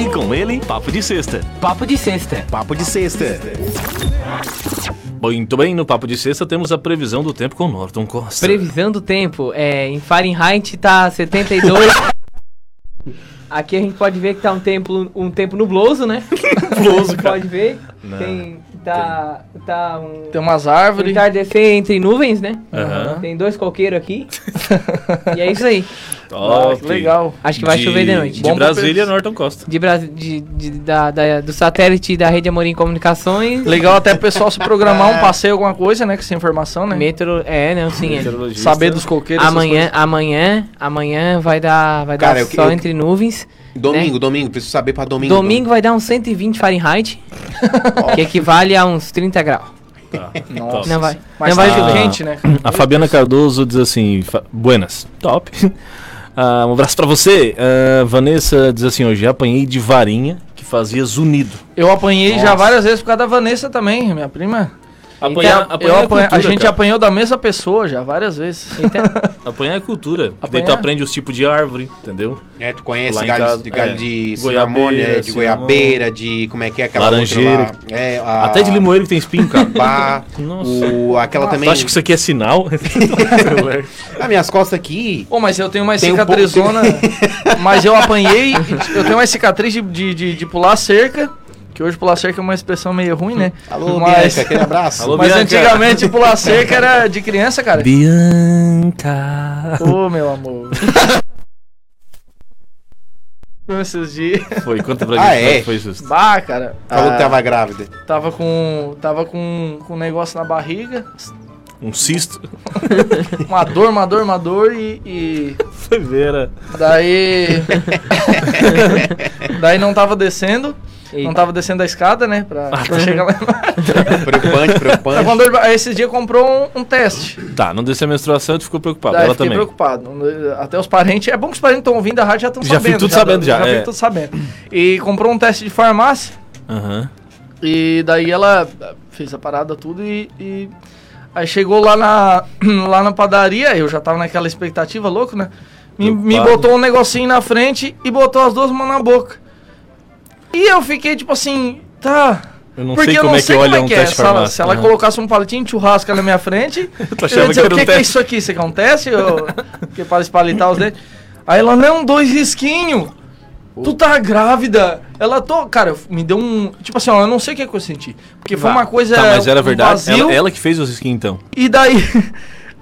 Speaker 2: E com ele, papo de sexta.
Speaker 1: Papo de sexta.
Speaker 4: Papo de sexta.
Speaker 2: Muito bem, no papo de sexta temos a previsão do tempo com Norton Costa.
Speaker 1: Previsão do tempo. É, em Fahrenheit tá 72. Aqui a gente pode ver que tá um tempo, um tempo nubloso, né? nubloso, Pode ver.
Speaker 2: Não.
Speaker 1: Tem. Tá. Tá um.
Speaker 3: Tem umas árvores.
Speaker 1: Entardecer entre nuvens, né?
Speaker 2: Aham.
Speaker 1: Tem dois coqueiros aqui. e é isso aí.
Speaker 3: Ah,
Speaker 2: Top.
Speaker 3: que legal.
Speaker 1: Acho que vai chover de noite.
Speaker 2: De
Speaker 3: Bom pra
Speaker 2: Brasília,
Speaker 3: pensar.
Speaker 2: Norton Costa.
Speaker 1: De, Bras- de, de- da, da- do satélite da Rede Amorim Comunicações.
Speaker 3: Legal até o pessoal se programar um passeio, alguma coisa, né? Com essa informação, né?
Speaker 1: Metro. É, não, sim. É.
Speaker 2: Meteorologista.
Speaker 3: Saber dos coqueiros. essas
Speaker 1: Amanhã, amanhã, amanhã vai dar, vai
Speaker 4: Cara,
Speaker 1: dar
Speaker 4: eu que-
Speaker 1: sol
Speaker 4: eu-
Speaker 1: entre nuvens.
Speaker 4: Domingo, domingo, preciso saber pra domingo.
Speaker 1: Domingo vai dar uns 120 Fahrenheit, que equivale a uns 30 graus.
Speaker 2: Tá.
Speaker 3: Nossa.
Speaker 2: Top.
Speaker 1: Não vai.
Speaker 3: Mas
Speaker 1: não vai
Speaker 3: tá
Speaker 1: chover.
Speaker 3: quente, né? cara?
Speaker 2: A Fabiana Cardoso diz assim: fa- Buenas, top. Ah, um abraço pra você. Ah, Vanessa diz assim: Hoje apanhei de varinha que fazia zunido.
Speaker 3: Eu apanhei já várias vezes por causa da Vanessa também, minha prima.
Speaker 2: Apanhar,
Speaker 3: Então, Eu
Speaker 2: apanhar é
Speaker 3: apanha-
Speaker 2: cultura,
Speaker 3: a gente
Speaker 2: cara.
Speaker 3: apanhou da mesma pessoa já várias vezes.
Speaker 2: apanhar é cultura. que Daí tu
Speaker 3: Apanhar.
Speaker 2: aprende os tipos de árvore, entendeu?
Speaker 4: É, tu conhece
Speaker 2: Lá em
Speaker 4: galho,
Speaker 2: casa,
Speaker 4: de, galho
Speaker 2: é.
Speaker 4: de
Speaker 2: Goiabeira,
Speaker 4: é, ciramônia, de
Speaker 2: ciramônia.
Speaker 4: goiabeira, de como é que é aquela
Speaker 2: Laranjeira.
Speaker 4: outra lá? É,
Speaker 3: Ah.
Speaker 4: a-
Speaker 2: Até de limoeiro que tem espinho, cara.
Speaker 4: Pá,
Speaker 2: Nossa.
Speaker 4: o, aquela também.
Speaker 2: Tu acha que isso aqui é sinal?
Speaker 4: Ah, minhas costas aqui.
Speaker 3: Pô, mas eu tenho uma
Speaker 4: Tem um pouco de-
Speaker 3: cicatrizona. mas eu apanhei. Eu tenho uma cicatriz de, de, de, de pular cerca. Que hoje pular cerca é uma expressão meio ruim, né?
Speaker 4: Alô,
Speaker 3: mas
Speaker 4: Bianca, aquele abraço.
Speaker 2: Alô,
Speaker 3: mas
Speaker 2: Bianca.
Speaker 3: antigamente pular cerca era de criança, cara.
Speaker 2: Bianca.
Speaker 3: Ô, meu amor. Esses dias.
Speaker 2: Foi, conta pra
Speaker 4: Ah,
Speaker 2: gente. como
Speaker 4: é?
Speaker 2: que Foi justo.
Speaker 3: Bah, cara. Ah,
Speaker 4: Falou que tá tava grávida.
Speaker 3: Tava com. Tava com, com um negócio na barriga.
Speaker 2: Um cisto.
Speaker 3: Uma dor, uma dor, uma dor e- e
Speaker 2: Foi vera.
Speaker 3: Daí. Daí não tava descendo. Não
Speaker 1: Eita.
Speaker 3: tava descendo a escada, né? Pra, pra chegar lá embaixo.
Speaker 4: Preocupante,
Speaker 3: Tava
Speaker 4: preocupante.
Speaker 3: com dor de ba- Aí esses dias comprou um, um teste.
Speaker 2: Tá, não desceu a menstruação, tu ficou preocupado.
Speaker 3: Daí
Speaker 2: Ela
Speaker 3: Ah, fiquei
Speaker 2: também.
Speaker 3: preocupado. Até os parentes. É bom que os parentes estão ouvindo a rádio já estão
Speaker 2: Já
Speaker 3: sabendo.
Speaker 2: fiz tudo sabendo, já,
Speaker 3: Já
Speaker 2: é.
Speaker 3: fiz tudo sabendo. E comprou um teste de farmácia.
Speaker 2: Aham.
Speaker 3: E daí ela fez a parada tudo e. e- Aí chegou lá na, lá na padaria, eu já tava naquela expectativa, louco, né? Me, me
Speaker 2: Preocupado.
Speaker 3: botou um negocinho na frente e botou as duas mãos na boca. E eu fiquei tipo assim, tá.
Speaker 2: Eu não
Speaker 3: porque
Speaker 2: sei
Speaker 3: eu
Speaker 2: como
Speaker 3: não
Speaker 2: é que
Speaker 3: sei como
Speaker 2: olha
Speaker 3: é
Speaker 2: um
Speaker 3: que é.
Speaker 2: teste
Speaker 3: Se ela, se
Speaker 2: farmácia.
Speaker 3: ela
Speaker 2: Aham.
Speaker 3: colocasse um palitinho de churrasco na minha frente,
Speaker 2: Tu
Speaker 3: eu ia
Speaker 2: achava que
Speaker 3: dizer,
Speaker 2: era
Speaker 3: o
Speaker 2: um
Speaker 3: que, que é
Speaker 2: teste.
Speaker 3: isso aqui? Você quer um teste? Eu... que para espalitar os dentes. Aí ela, não, dois risquinhos. Tu tá grávida. Ela tô. Cara, me deu um. Tipo assim, ó, eu não sei o que, é que eu senti. Porque foi uma coisa.
Speaker 2: Tá, mas era
Speaker 3: um
Speaker 2: verdade.
Speaker 3: vazio,
Speaker 2: Ela, ela que fez os skins então.
Speaker 3: E daí.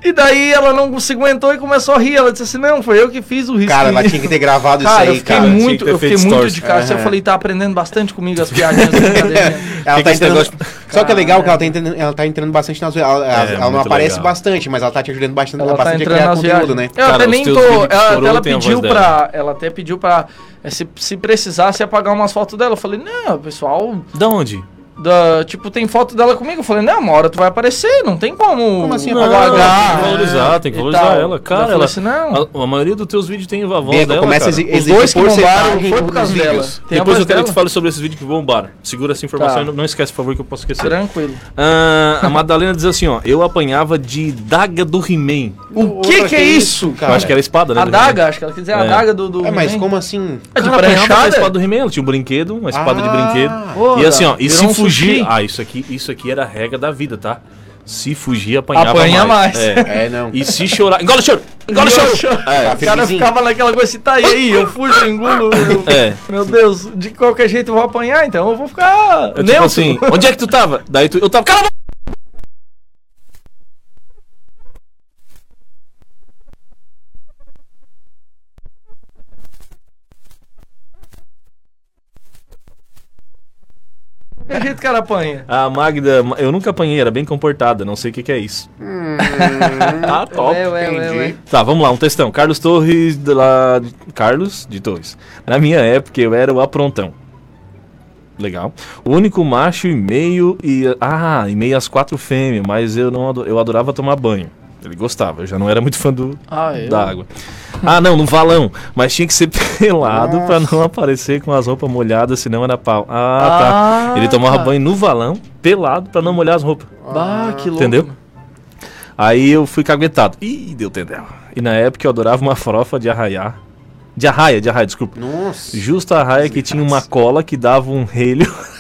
Speaker 3: E daí ela não se aguentou e começou a rir. Ela disse assim: não, foi eu que fiz o risco.
Speaker 4: Cara, ela tinha que ter gravado isso
Speaker 3: Cara, eu
Speaker 4: aí,
Speaker 3: fiquei
Speaker 4: cara.
Speaker 2: tinha que
Speaker 3: muito,
Speaker 2: ter
Speaker 3: eu fiquei
Speaker 2: feito
Speaker 3: muito
Speaker 2: stories.
Speaker 3: de casa. Eu
Speaker 4: Aham.
Speaker 3: falei, tá aprendendo bastante comigo as piadinhas. da brincadeira.
Speaker 4: Ela
Speaker 2: Que
Speaker 4: tá
Speaker 2: que esse
Speaker 4: entrando...
Speaker 2: negócio-
Speaker 4: Só que é legal que ela tá entrando, ela tá entrando bastante nas viagens. Ela, ela-
Speaker 2: É,
Speaker 4: ela não
Speaker 2: muito
Speaker 4: aparece
Speaker 2: legal.
Speaker 4: bastante, mas ela tá te ajudando bastante,
Speaker 3: Ela tá
Speaker 4: bastante
Speaker 3: entrando nas viagens.
Speaker 4: né?
Speaker 3: Ela
Speaker 2: Cara,
Speaker 3: até
Speaker 2: os
Speaker 3: nem
Speaker 2: teus
Speaker 3: tô.
Speaker 2: vídeos
Speaker 3: Ela,
Speaker 2: de
Speaker 3: até
Speaker 2: coroa
Speaker 3: ela
Speaker 2: tem a
Speaker 3: pediu
Speaker 2: voz
Speaker 3: pra. Ela até pediu pra. eh, Se, se precisasse apagar umas fotos dela. Eu falei, não, pessoal.
Speaker 2: Da onde?
Speaker 3: Da, tipo, tem foto dela comigo. Eu falei, não, uma hora tu vai aparecer, não tem como.
Speaker 4: Como assim
Speaker 2: Não,
Speaker 4: apagar?
Speaker 2: Ah, tem que
Speaker 4: é,
Speaker 2: valorizar, tem que
Speaker 3: e
Speaker 2: valorizar
Speaker 3: tal.
Speaker 2: ela.
Speaker 3: Eu
Speaker 2: Cara,
Speaker 3: falei
Speaker 2: ela,
Speaker 3: assim, não.
Speaker 2: a, a maioria dos teus vídeos tem a voz
Speaker 4: Bem,
Speaker 2: dela,
Speaker 4: começa a
Speaker 2: cara.
Speaker 4: exi-
Speaker 3: Os
Speaker 4: exigir
Speaker 3: dois que bombaram
Speaker 4: porcentagem
Speaker 3: foi por causa
Speaker 4: dos
Speaker 3: dela.
Speaker 4: vídeos.
Speaker 3: Tem a
Speaker 2: Depois
Speaker 3: voz
Speaker 2: eu quero
Speaker 3: dela.
Speaker 2: que tu fale sobre esses vídeos que bombaram. Segura essa informação
Speaker 3: Tá.
Speaker 2: e não, não esquece, por favor, que eu posso esquecer.
Speaker 3: Tranquilo.
Speaker 2: Ah, a Madalena diz assim, ó. Eu apanhava de daga do He-Man.
Speaker 3: O que que é isso?
Speaker 2: Eu acho que era a espada, né?
Speaker 3: A
Speaker 2: do
Speaker 3: daga, acho que ela quer dizer a
Speaker 2: É.
Speaker 3: daga do. do
Speaker 4: É, mas
Speaker 3: He-Man.
Speaker 4: como assim?
Speaker 3: É de
Speaker 2: Cara, apanhava da espada
Speaker 3: pranchada?
Speaker 2: do He-Man. Ela tinha um brinquedo, uma espada de
Speaker 4: Ah.
Speaker 2: brinquedo.
Speaker 3: Porra,
Speaker 2: e assim, ó. E
Speaker 3: virou
Speaker 2: se
Speaker 3: um
Speaker 2: fugir...
Speaker 3: sushi.
Speaker 2: Ah, isso aqui, isso aqui era a regra da vida, tá? Se fugir, apanhava
Speaker 3: Apanha mais.
Speaker 2: É.
Speaker 4: É, não.
Speaker 2: E se chorar... Engole o choro! Engole o
Speaker 3: Engole
Speaker 2: choro!
Speaker 3: o choro.
Speaker 2: É.
Speaker 3: O cara
Speaker 4: Firmezinho.
Speaker 3: ficava naquela coisa assim, tá aí, aí, eu fujo, engulo. eu-
Speaker 2: É.
Speaker 3: Meu Deus, de qualquer jeito eu vou apanhar, então eu vou ficar.
Speaker 2: Eu, tipo
Speaker 3: neutro.
Speaker 2: assim, onde é que tu tava? Daí tu, eu tava. Cala a boca!
Speaker 3: Que jeito que cara apanha?
Speaker 2: A Magda, eu nunca apanhei, era bem comportada, não sei o que, que é isso. ah, top.
Speaker 1: Ué, ué, ué, ué.
Speaker 4: Entendi.
Speaker 2: Tá, vamos lá, um textão. Carlos Torres, de lá... Carlos de Torres. Na minha época eu era o aprontão. Legal. O único macho e meio e... Ah, e meio às quatro fêmeas, mas eu, não ado- eu adorava tomar banho. Ele gostava, eu já não era muito fã do,
Speaker 3: Ah, eu.
Speaker 2: da água. Ah, não, no valão. Mas tinha que ser pelado pra não aparecer com as roupas molhadas, senão era pau. Ah, tá. Ele tomava banho no valão, pelado, pra não molhar as roupas.
Speaker 3: Bah, Ah, que louco. né?
Speaker 2: Entendeu? Aí eu fui caguetado. Ih, deu tendel. E na época eu adorava uma farofa de arraiá. De arraia, de arraia, desculpa.
Speaker 4: Nossa.
Speaker 2: Justa arraia que tinha uma cola que dava um relho.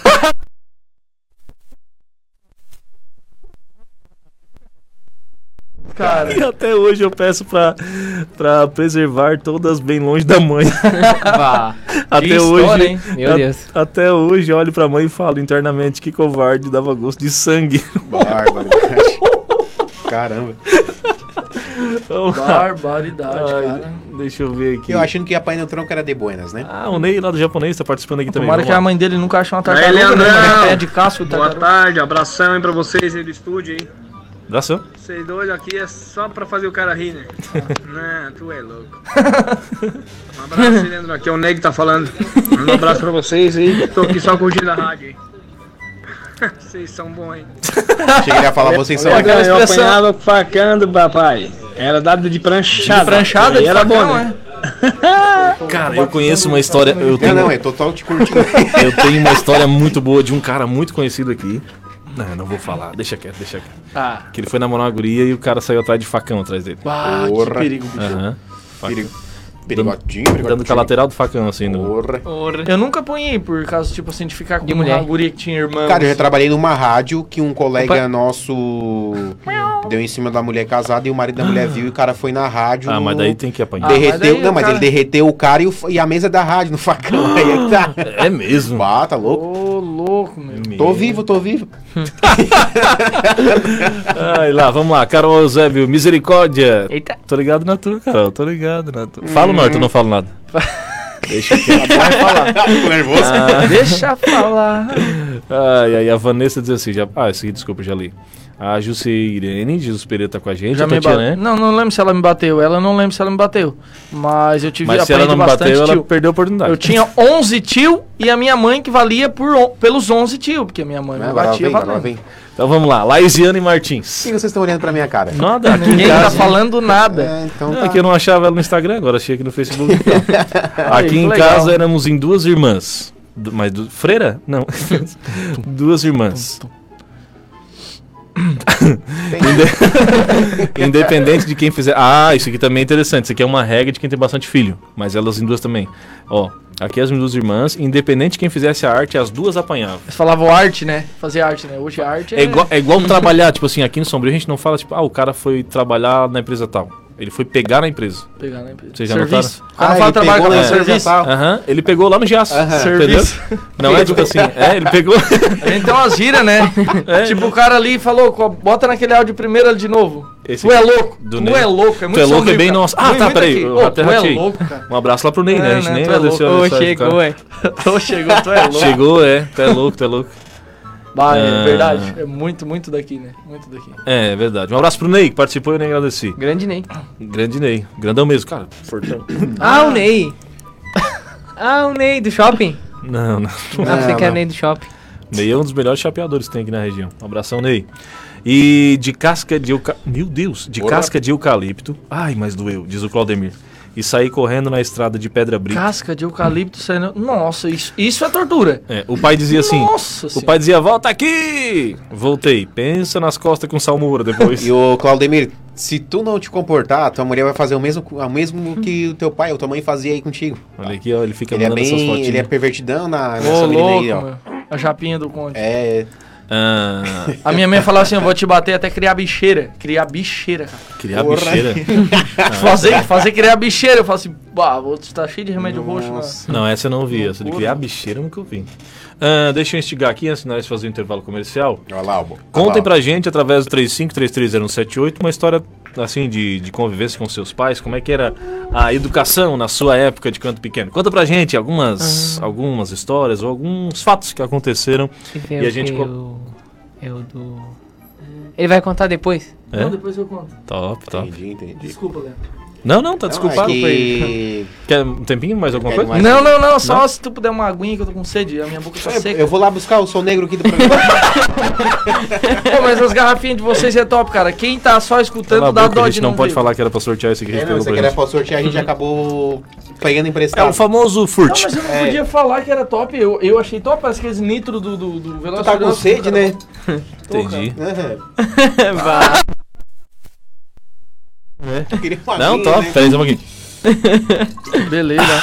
Speaker 3: cara.
Speaker 2: E até hoje eu peço pra, pra preservar todas bem longe da mãe.
Speaker 1: Bah,
Speaker 2: Até
Speaker 3: história,
Speaker 2: hoje.
Speaker 3: hein?
Speaker 1: Meu Deus.
Speaker 2: Até hoje eu olho pra mãe e falo internamente que covarde dava gosto de sangue.
Speaker 4: Bárbaro. Caramba.
Speaker 2: Então,
Speaker 3: Barbaridade,
Speaker 2: ai,
Speaker 3: cara.
Speaker 2: deixa eu ver aqui.
Speaker 4: Eu achando que a Pai no Tronco era de buenas, né?
Speaker 2: Ah, o Ney lá do japonês tá participando aqui também.
Speaker 3: Tomara que a
Speaker 2: vamos
Speaker 3: mãe dele nunca ache uma
Speaker 6: Aí,
Speaker 3: tartaruga, né?
Speaker 6: Leandrão.
Speaker 3: mano? É pé de casco,
Speaker 6: Boa
Speaker 3: tartaruga.
Speaker 6: tarde, abração aí pra vocês aí do estúdio, hein?
Speaker 2: lá. Abração.
Speaker 6: Vocês dois aqui é só pra fazer o cara rir, né? Não, tu é louco. Um abraço, aí, Leandro. Aqui é o Neg que tá falando. Um abraço pra vocês aí. Tô aqui só curtindo a rádio, hein? Vocês são bons, hein?
Speaker 4: Achei que ele ia falar,
Speaker 3: É,
Speaker 4: vocês são.
Speaker 3: Aquela
Speaker 6: eu
Speaker 3: expressão.
Speaker 6: apanhava facando, papai. Era dado de pranchada.
Speaker 3: De pranchada,
Speaker 6: Aí
Speaker 3: de
Speaker 6: era
Speaker 3: facão,
Speaker 6: bom, né?
Speaker 3: é.
Speaker 2: Cara, eu conheço uma história. Eu
Speaker 4: Não,
Speaker 2: tenho,
Speaker 4: não, é total te curtindo.
Speaker 2: eu tenho uma história muito boa de um cara muito conhecido aqui. Não, eu não vou falar. Deixa quieto, deixa quieto.
Speaker 3: Ah,
Speaker 2: Que ele foi namorar uma guria e o cara saiu atrás de facão atrás dele.
Speaker 3: bah, Ah, que
Speaker 4: Porra.
Speaker 3: perigo, bicho.
Speaker 2: Aham.
Speaker 4: Perigo- Perigotinho, perigotinho.
Speaker 2: Dando com a lateral do facão, assim. No...
Speaker 4: Porra.
Speaker 3: Eu nunca apanhei por causa, tipo assim, de ficar com
Speaker 1: De
Speaker 3: uma
Speaker 1: mulher.
Speaker 3: guria que tinha irmã.
Speaker 4: Cara,
Speaker 2: tá
Speaker 4: eu já trabalhei numa rádio que um colega nosso deu em cima da mulher casada e o marido da mulher viu e o cara foi na rádio.
Speaker 2: Ah, mas
Speaker 4: no-
Speaker 2: daí tem que apanhar.
Speaker 3: Ah.
Speaker 4: derreteu,
Speaker 3: mas daí
Speaker 4: não,
Speaker 3: o
Speaker 4: mas
Speaker 3: cara-
Speaker 4: ele derreteu o cara e, o f- e a mesa da rádio no facão. Aí é que tá.
Speaker 2: É mesmo. É
Speaker 4: Bah, tá louco?
Speaker 3: Ô, louco, meu.
Speaker 4: Tô vivo, tô vivo.
Speaker 2: Ai, lá, vamos lá. Carol Eusébio, misericórdia.
Speaker 1: Eita.
Speaker 2: Tô ligado na tua, Carol. Tô ligado na tua. Fala, Norte, eu não falo nada. Deixa quieto. Ah,
Speaker 4: Tô nervoso.
Speaker 3: Deixa falar.
Speaker 2: Ai, ai, a Vanessa diz assim, já... Ah, esse aqui, desculpa, já li. A Jussi Irene, Jesus Pereira tá com a gente.
Speaker 3: Já
Speaker 2: a tua
Speaker 3: me
Speaker 2: tia,
Speaker 3: bateu. Não, não lembro se ela me bateu. Ela não lembro se ela me bateu. Mas eu tive
Speaker 2: Mas se ela
Speaker 3: apanhei
Speaker 2: não
Speaker 3: de bastante
Speaker 2: bateu, ela tá.
Speaker 3: tio.
Speaker 2: perdeu a oportunidade.
Speaker 3: Eu tinha 11 tio e a minha mãe que valia por, on- pelos 11 tio, porque a minha mãe não
Speaker 4: Agora
Speaker 3: batia
Speaker 4: vem, agora
Speaker 3: valendo.
Speaker 4: vem. Por
Speaker 2: Então vamos lá. Laisiane Martins.
Speaker 4: que vocês estão olhando pra minha cara?
Speaker 2: Nada, aqui em
Speaker 3: Ninguém tá
Speaker 2: casa.
Speaker 3: falando nada.
Speaker 4: É, então
Speaker 2: É
Speaker 4: tá.
Speaker 2: que eu não achava ela no Instagram, agora achei aqui no Facebook. então. aqui em
Speaker 3: legal.
Speaker 2: casa éramos em duas irmãs. Du- Mas du- freira? Não. duas irmãs. Inde- Independente de quem fizer. Ah, isso aqui também é interessante. Isso aqui é uma regra de quem tem bastante filho. Mas elas em duas também. Ó, aqui as minhas duas irmãs, independente de quem fizesse a arte, as duas apanhavam.
Speaker 3: Eles falavam arte, né? Fazia arte, né? Hoje a arte é.
Speaker 2: É igual, é igual trabalhar, tipo assim, aqui no Sombrio a gente não fala, tipo, ah, o cara foi trabalhar na empresa tal. Ele foi pegar na empresa.
Speaker 3: Pegar, né? Serviço.
Speaker 2: Vocês já
Speaker 3: O cara
Speaker 4: Ah,
Speaker 3: fala
Speaker 4: ele
Speaker 3: trabalho
Speaker 4: pegou
Speaker 3: com
Speaker 4: na
Speaker 3: serviço.
Speaker 4: empresa tal.
Speaker 2: Aham, ele pegou lá no Giaço.
Speaker 4: Aham.
Speaker 2: Entendeu?
Speaker 3: Serviço.
Speaker 2: Não é tipo assim, é, ele pegou.
Speaker 3: A gente tem umas gírias, né?
Speaker 2: É.
Speaker 3: Tipo, o cara ali falou, "Co- bota naquele áudio primeiro ali de novo.
Speaker 2: Esse
Speaker 3: tu é louco.
Speaker 2: do
Speaker 3: tu
Speaker 2: Ney.
Speaker 3: é louco. É muito
Speaker 2: Tu é louco,
Speaker 3: sombrio,
Speaker 2: é bem
Speaker 3: cara.
Speaker 2: nosso. Ah,
Speaker 3: Muito
Speaker 2: tá,
Speaker 3: muito
Speaker 2: peraí,
Speaker 3: aqui.
Speaker 2: eu
Speaker 3: Ô,
Speaker 2: até
Speaker 3: tu é
Speaker 2: ratei.
Speaker 3: louco, cara.
Speaker 2: Um abraço lá pro Ney, né? A gente
Speaker 3: É, né,
Speaker 2: nem
Speaker 3: tu é
Speaker 2: agradeceu a
Speaker 3: louco.
Speaker 2: mensagem do cara.
Speaker 1: é.
Speaker 3: Ô, chegou, tu é louco.
Speaker 2: Chegou, é. Tu é louco, tu é louco.
Speaker 3: Bah, é
Speaker 2: Ah.
Speaker 3: verdade. É muito, muito daqui, né? Muito daqui.
Speaker 2: É, é verdade. Um abraço pro Ney, que participou e eu nem agradeci.
Speaker 1: Grande Ney.
Speaker 2: Grande Ney. Grandão mesmo, cara. Fortão.
Speaker 1: Ah, o Ney. Ah, o Ney do shopping.
Speaker 2: Não, não.
Speaker 1: Ah, você
Speaker 4: Não,
Speaker 1: quer
Speaker 4: não.
Speaker 1: Ney do shopping.
Speaker 2: Ney é um dos melhores chapeadores que tem aqui na região. Um abração, Ney. E de casca de eucalipto. Meu Deus! De
Speaker 4: Bora.
Speaker 2: casca de eucalipto. Ai, mas doeu, diz o Claudemir. E saí correndo na estrada de pedra brita.
Speaker 3: Casca de eucalipto saindo. Nossa, isso, isso é tortura.
Speaker 2: É, o pai dizia assim.
Speaker 3: Nossa
Speaker 2: o
Speaker 3: senhora.
Speaker 2: pai dizia, volta aqui! Voltei. Pensa nas costas com salmoura depois.
Speaker 4: E o Claudemir, se tu não te comportar, tua mulher vai fazer o mesmo, o mesmo que o teu pai ou tua mãe fazia aí contigo.
Speaker 2: Olha aqui, ó, ele fica
Speaker 4: Ele é
Speaker 2: mandando essas
Speaker 4: bem.
Speaker 2: fotinhas.
Speaker 4: Ele é pervertidão na, nessa
Speaker 3: Ô,
Speaker 4: menina
Speaker 3: louco,
Speaker 4: aí, ó.
Speaker 3: meu. A japinha do conde.
Speaker 4: É.
Speaker 2: Ah,
Speaker 3: A minha mãe falava assim: eu vou te bater até criar bicheira. Criar bicheira, cara.
Speaker 2: criar
Speaker 4: Porra.
Speaker 2: bicheira.
Speaker 3: Fazer, fazer criar bicheira. Eu falo assim: bah, vou, tá cheio de remédio roxo, mano.
Speaker 4: Nossa.
Speaker 2: Não, essa eu não vi. Essa de criar bicheira eu nunca ouvi. Ah, deixa eu instigar aqui antes de nós fazer o intervalo comercial.
Speaker 4: Olha lá, ó. Olha
Speaker 2: Contem
Speaker 4: lá, ó.
Speaker 2: pra gente, através do 35330178, uma história assim de, de convivência com seus pais, como é que era a educação na sua época de canto pequeno. Conta pra gente
Speaker 4: Ah.
Speaker 2: algumas, algumas histórias ou alguns fatos que aconteceram. E a gente co-
Speaker 1: Eu, eu do... Ele vai contar depois.
Speaker 2: É?
Speaker 3: Não, depois eu conto.
Speaker 2: Top, top.
Speaker 4: Entendi, entendi.
Speaker 3: Desculpa, Léo.
Speaker 2: Não, não, tá
Speaker 4: Não,
Speaker 2: desculpado.
Speaker 4: é que-
Speaker 2: Quer um tempinho, mais alguma
Speaker 4: Quer
Speaker 2: coisa?
Speaker 4: mais?
Speaker 3: Não, não, não. Só se tu puder uma aguinha que eu tô com sede. A minha boca tá
Speaker 4: Eu-
Speaker 3: seca.
Speaker 4: Eu vou lá buscar o som negro aqui do programa.
Speaker 3: Pô, mas as garrafinhas de vocês é top, cara. Quem tá só escutando
Speaker 2: Cala a
Speaker 3: dá
Speaker 2: boca,
Speaker 3: dó
Speaker 2: a
Speaker 3: de
Speaker 2: gente não pode
Speaker 3: ver.
Speaker 2: falar que era pra sortear esse que a
Speaker 4: É,
Speaker 2: gente
Speaker 4: não,
Speaker 2: pegou
Speaker 4: isso
Speaker 2: pra
Speaker 4: aqui era
Speaker 2: gente.
Speaker 4: pra sortear, a gente Uhum. acabou pegando
Speaker 2: É
Speaker 4: emprestado.
Speaker 2: o famoso
Speaker 3: Não,
Speaker 2: furt.
Speaker 3: mas eu não
Speaker 4: É.
Speaker 3: podia falar que era top. Eu, eu achei top. Parece que esse nitro do, do, do
Speaker 4: Tu
Speaker 3: Velocity.
Speaker 4: tá com sede, né?
Speaker 2: Entendi.
Speaker 4: Aham.
Speaker 1: Vai.
Speaker 4: Queria uma
Speaker 2: Não,
Speaker 4: minha,
Speaker 2: top,
Speaker 4: né?
Speaker 2: peraí, só um pouquinho.
Speaker 3: Beleza.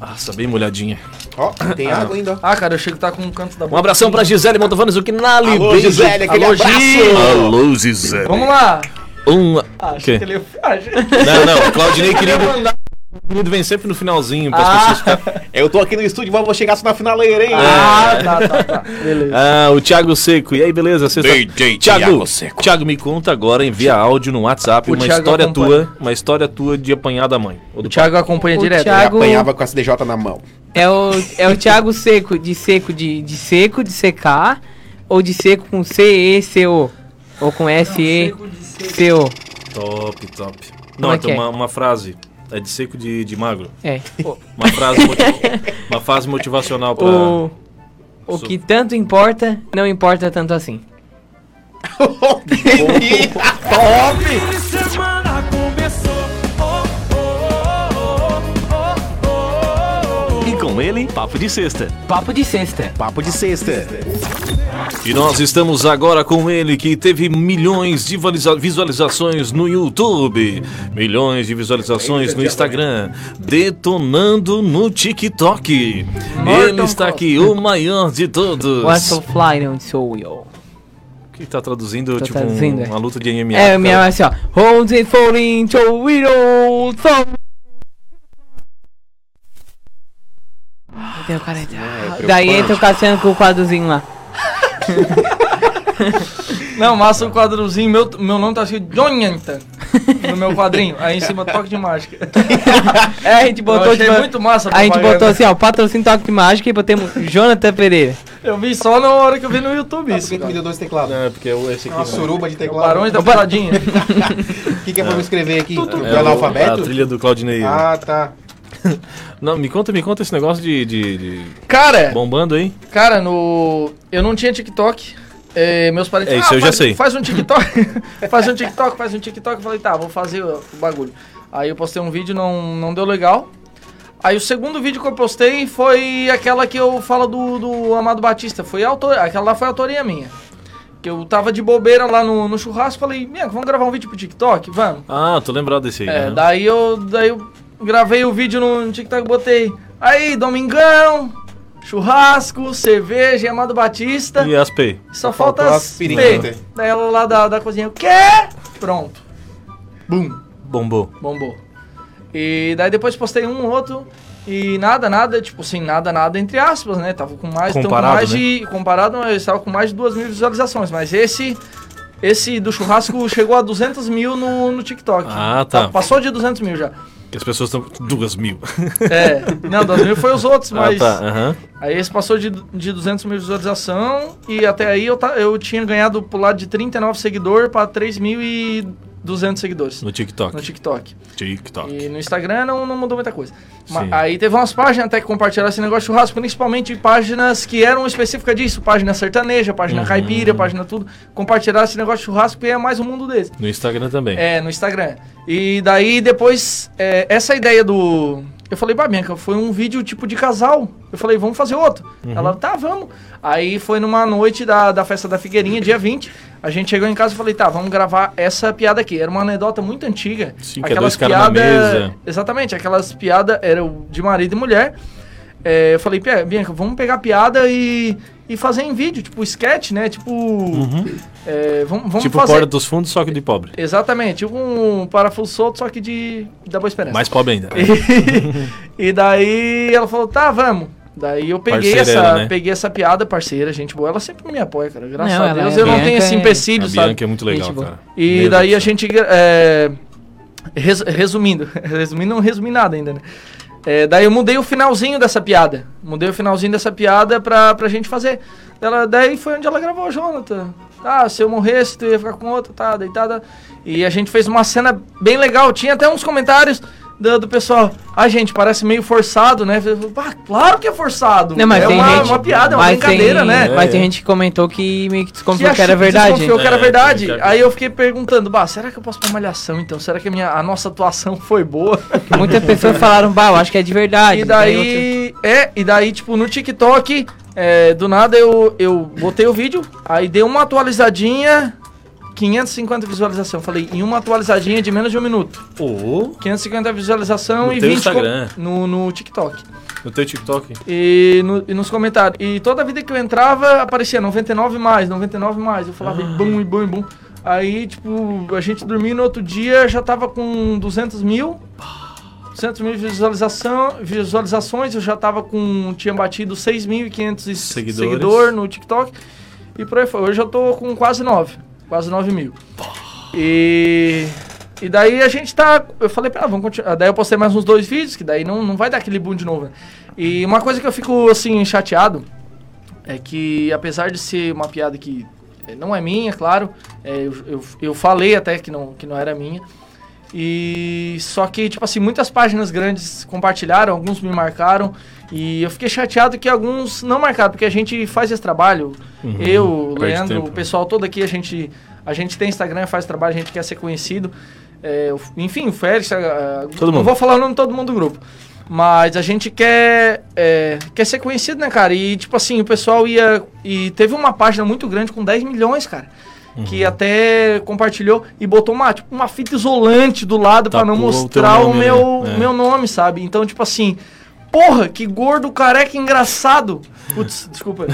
Speaker 2: Nossa, bem Ah, molhadinha.
Speaker 4: Ó, tem água ainda, ó.
Speaker 3: Ah, cara, eu chego tá com um canto da boca.
Speaker 2: Um abração pra Gisele Montavanes, o Kinali.
Speaker 4: Alô,
Speaker 2: Beijo.
Speaker 4: Gisele, aquele
Speaker 2: Alô,
Speaker 4: abraço.
Speaker 2: Gi.
Speaker 7: Alô, Zizé.
Speaker 3: Vamos lá.
Speaker 2: Um...
Speaker 3: Acho
Speaker 2: que?
Speaker 3: que ele... Ah, gente.
Speaker 2: Não, não, o Claudinei querido, querido vem sempre no finalzinho pras pessoas ficarem...
Speaker 4: Eu tô aqui no estúdio, mas vou chegar só na finaleira, hein?
Speaker 3: Ah, tá, tá, tá. Beleza.
Speaker 2: Ah, o Thiago Seco. E aí, beleza? Sexta...
Speaker 7: DJ
Speaker 2: Thiago,
Speaker 7: Thiago Seco.
Speaker 2: Thiago, me conta agora, envia áudio no WhatsApp,
Speaker 3: O
Speaker 2: uma
Speaker 3: Thiago
Speaker 2: história
Speaker 3: acompanha.
Speaker 2: tua, uma história tua de apanhar da mãe. Ou
Speaker 3: O
Speaker 2: do
Speaker 3: Thiago acompanha
Speaker 1: O
Speaker 3: direto.
Speaker 4: Eu
Speaker 1: Thiago-
Speaker 4: apanhava com a CDJ na mão.
Speaker 1: É o, é o Thiago Seco, de seco, de, de seco, de secar, ou de seco com C-E-C-O, ou com S-E-C-O.
Speaker 2: pai. Top, top.
Speaker 1: é
Speaker 2: Não,
Speaker 1: que
Speaker 2: então,
Speaker 1: é?
Speaker 2: uma, uma frase. É de seco de, de magro.
Speaker 1: É.
Speaker 2: Uma frase, moti- uma frase motivacional pra.
Speaker 1: O, o
Speaker 2: Sou-
Speaker 1: que tanto importa, não importa tanto assim.
Speaker 2: E com ele, papo de sexta.
Speaker 1: Papo de sexta.
Speaker 4: Papo de sexta.
Speaker 2: E nós estamos agora com ele que teve milhões de valiza- visualizações no YouTube, milhões de visualizações no Instagram, detonando no TikTok. Ele está aqui, o maior de todos.
Speaker 1: What's so fly, don't so will.
Speaker 2: Que tá traduzindo,
Speaker 1: Tô
Speaker 2: tipo, um-
Speaker 1: traduzindo, é.
Speaker 2: uma luta de MMA.
Speaker 1: É,
Speaker 2: cara.
Speaker 1: minha mãe assim, ó. Hold it falling to will. so- Meu Deus, cara.
Speaker 2: É,
Speaker 1: Daí entra o Cassiano com o quadrozinho lá.
Speaker 3: Não, massa o quadrozinho. Meu, meu nome tá escrito Jonathan no meu quadrinho. Aí em cima, toque de mágica.
Speaker 1: É, a gente
Speaker 3: Eu
Speaker 1: botou
Speaker 3: achei
Speaker 1: tipo,
Speaker 3: muito massa
Speaker 1: A gente
Speaker 3: propaganda.
Speaker 1: botou assim, ó, patrocínio toque de mágica e botamos Jonathan Pereira.
Speaker 3: Eu vi só na hora que eu vi no YouTube isso. cara.
Speaker 4: dois teclados.
Speaker 2: É, porque o- esse aqui.
Speaker 4: Uma suruba de teclado.
Speaker 3: Barões da Pisadinha.
Speaker 4: O que, que é pra me escrever aqui?
Speaker 2: é
Speaker 4: É
Speaker 2: o-
Speaker 4: analfabeto?
Speaker 2: A trilha do Claudinei.
Speaker 4: Ah, tá.
Speaker 2: Não, me conta, me conta esse negócio de, de- de-
Speaker 3: Cara,
Speaker 2: bombando aí.
Speaker 3: cara, no. Eu não tinha TikTok. É, meus parentes
Speaker 2: É, isso eu já
Speaker 3: faz,
Speaker 2: sei."
Speaker 3: Faz um TikTok. faz um TikTok, faz um TikTok. Eu falei, tá, vou fazer o o bagulho. Aí eu postei um vídeo, não, não deu legal. Aí o segundo vídeo que eu postei foi aquela que eu falo do, do Amado Batista. Foi autor, aquela lá foi autoria minha. Que eu tava de bobeira lá no, no churrasco, falei, minha, vamos gravar um vídeo pro TikTok? Vamos.
Speaker 2: Ah, tô lembrado desse aí.
Speaker 3: É,
Speaker 2: aham.
Speaker 3: daí eu, daí eu gravei o vídeo no TikTok, botei. Aí, Domingão, churrasco, cerveja, e Amado Batista.
Speaker 2: E aspei.
Speaker 3: Só falta
Speaker 4: faltou
Speaker 3: as P.
Speaker 2: né?
Speaker 4: aspirina.
Speaker 3: Daí ela lá da, da cozinha, o quê? Pronto,
Speaker 2: Bombou.
Speaker 3: bombou. E daí depois postei um outro e nada, nada, tipo sem nada, nada, entre aspas, né? Tava com mais, tão com
Speaker 2: Comparado, né?
Speaker 3: mais de. Comparado, eu estava com mais de duas mil visualizações, mas esse. Esse do churrasco chegou a 200 mil no, no TikTok.
Speaker 2: Ah, tá.
Speaker 3: Passou de 200 mil já.
Speaker 2: Que as pessoas estão. Duas mil.
Speaker 3: É, não, 2 mil foi os outros, mas.
Speaker 2: Ah, tá. aham.
Speaker 3: Aí esse passou de, de 200 mil visualização e até aí eu, ta- eu tinha ganhado pro lado de 39 seguidor pra 3.200 seguidores
Speaker 2: No TikTok.
Speaker 3: no TikTok.
Speaker 2: TikTok.
Speaker 3: E no Instagram não, não mudou muita coisa. Ma-
Speaker 2: Sim.
Speaker 3: aí teve umas páginas até que compartilharam esse negócio de churrasco, principalmente páginas que eram específicas disso, página sertaneja, página
Speaker 2: Uhum.
Speaker 3: caipira, página tudo. Compartilharam esse negócio de churrasco porque é mais um mundo desse.
Speaker 2: No Instagram também.
Speaker 3: É, no Instagram. E daí depois, é, essa ideia do. Eu falei, bah, Bianca, foi um vídeo tipo de casal. Eu falei, vamos fazer outro.
Speaker 2: Uhum.
Speaker 3: Ela, tá, vamos. Aí foi numa noite da, da festa da Figueirinha, dia 20. A gente chegou em casa e falei, tá, vamos gravar essa piada aqui. Era uma anedota muito antiga.
Speaker 2: Sim, que é dois caras na mesa.
Speaker 3: Exatamente, aquelas piadas eram de marido e mulher. É, eu falei, "Pia- Bianca, vamos pegar a piada e, e fazer em vídeo, tipo sketch, né? Tipo. é, vamos, vamos
Speaker 2: Uhum. tipo
Speaker 3: fazer.
Speaker 2: Porta dos Fundos, só que de pobre.
Speaker 3: Exatamente, tipo um parafuso solto, só que de da Boa Esperança.
Speaker 2: Mais pobre ainda.
Speaker 3: E daí ela falou, tá, vamos. Daí eu peguei
Speaker 2: Parceira
Speaker 3: essa,
Speaker 2: ela, né?
Speaker 3: peguei essa piada, parceira, gente boa. Ela sempre me apoia, cara. Graças
Speaker 1: Não,
Speaker 3: a
Speaker 1: ela
Speaker 3: Deus
Speaker 1: é-
Speaker 3: eu não
Speaker 1: Bianca
Speaker 3: tenho esse
Speaker 1: é-
Speaker 3: empecilho,
Speaker 2: A
Speaker 3: sabe?
Speaker 2: Bianca é muito legal,
Speaker 1: Gente boa.
Speaker 2: cara.
Speaker 3: E
Speaker 2: Meu
Speaker 3: daí a
Speaker 2: Deus do
Speaker 3: gente. é, res- resumindo, resumindo, não resumi nada ainda, né? É, daí eu mudei o finalzinho dessa piada. Mudei o finalzinho dessa piada pra, pra gente fazer. Ela, daí foi onde ela gravou, Jonathan. Ah, se eu morresse, tu ia ficar com outro, tá, deitada. E a gente fez uma cena bem legal. Tinha até uns comentários do, do pessoal. Ah, gente, parece meio forçado, né? Eu falei, "Ah, claro que é forçado.
Speaker 1: Não, mas
Speaker 3: é
Speaker 1: tem
Speaker 3: uma,
Speaker 1: gente,
Speaker 3: uma piada, é uma
Speaker 1: mas tem-
Speaker 3: brincadeira, né?
Speaker 2: É,
Speaker 1: Mas tem
Speaker 2: é.
Speaker 1: gente que comentou que meio que desconfiou
Speaker 3: achou-
Speaker 1: que era verdade.
Speaker 3: desconfiou que era
Speaker 2: É,
Speaker 3: verdade.
Speaker 2: tem que-
Speaker 3: Aí eu fiquei perguntando, bah, será que eu posso pra malhação então? Será que a, minha, a nossa atuação foi boa?
Speaker 1: Muitas pessoas falaram, bah, eu acho que é de verdade.
Speaker 3: e daí. É, e daí, tipo, no TikTok, é, do nada eu, eu botei o vídeo, aí dei uma atualizadinha, 550 visualização. Falei, em uma atualizadinha de menos de um minuto.
Speaker 2: céu. Ô,
Speaker 3: 550 visualização
Speaker 2: No
Speaker 3: e
Speaker 2: teu
Speaker 3: 20 co-
Speaker 2: Instagram.
Speaker 3: no, no TikTok.
Speaker 2: No teu TikTok?
Speaker 3: E, no- e nos comentários. E toda vida que eu entrava, aparecia 99 mais, 99 mais. Eu falava e bum, e bum, e bum. Aí, tipo, a gente dormia e no outro dia, já tava com 200 mil. 200 mil visualização, visualizações, eu já tava com. Tinha batido 6.500
Speaker 2: Seguidores.
Speaker 3: seguidor no TikTok. E por aí foi. Hoje eu tô com quase 9. Quase 9 mil. E. E daí a gente tá. Eu falei pra ela, vamos continuar. Daí eu postei mais uns dois vídeos, que daí não, não vai dar aquele boom de novo. né? E uma coisa que eu fico, assim, chateado é que, apesar de ser uma piada que eh, não é minha, claro, eh, eu, eu, eu falei até que não, que não era minha. E só que, tipo assim, muitas páginas grandes compartilharam, alguns me marcaram. E eu fiquei chateado que alguns não marcaram, porque a gente faz esse trabalho. eu, o
Speaker 2: Uhum. perde
Speaker 3: Leandro,
Speaker 2: tempo. né?
Speaker 3: o pessoal todo aqui, a gente, a gente tem Instagram, faz trabalho, a gente quer ser conhecido. É, o- enfim, o Félix, a- a-
Speaker 2: Todo
Speaker 3: não
Speaker 2: mundo.
Speaker 3: vou falar o nome de todo mundo do grupo. Mas a gente quer, é, quer ser conhecido, né, cara? E, tipo assim, o pessoal ia. E teve uma página muito grande com 10 milhões, cara.
Speaker 2: Uhum.
Speaker 3: Que até compartilhou e botou uma, tipo, uma fita isolante do lado pra não
Speaker 2: Tapou Tá o teu
Speaker 3: mostrar o
Speaker 2: nome,
Speaker 3: meu,
Speaker 2: né? É.
Speaker 3: meu nome, sabe? Então, tipo assim, porra, que gordo, careca, engraçado. Putz, desculpa.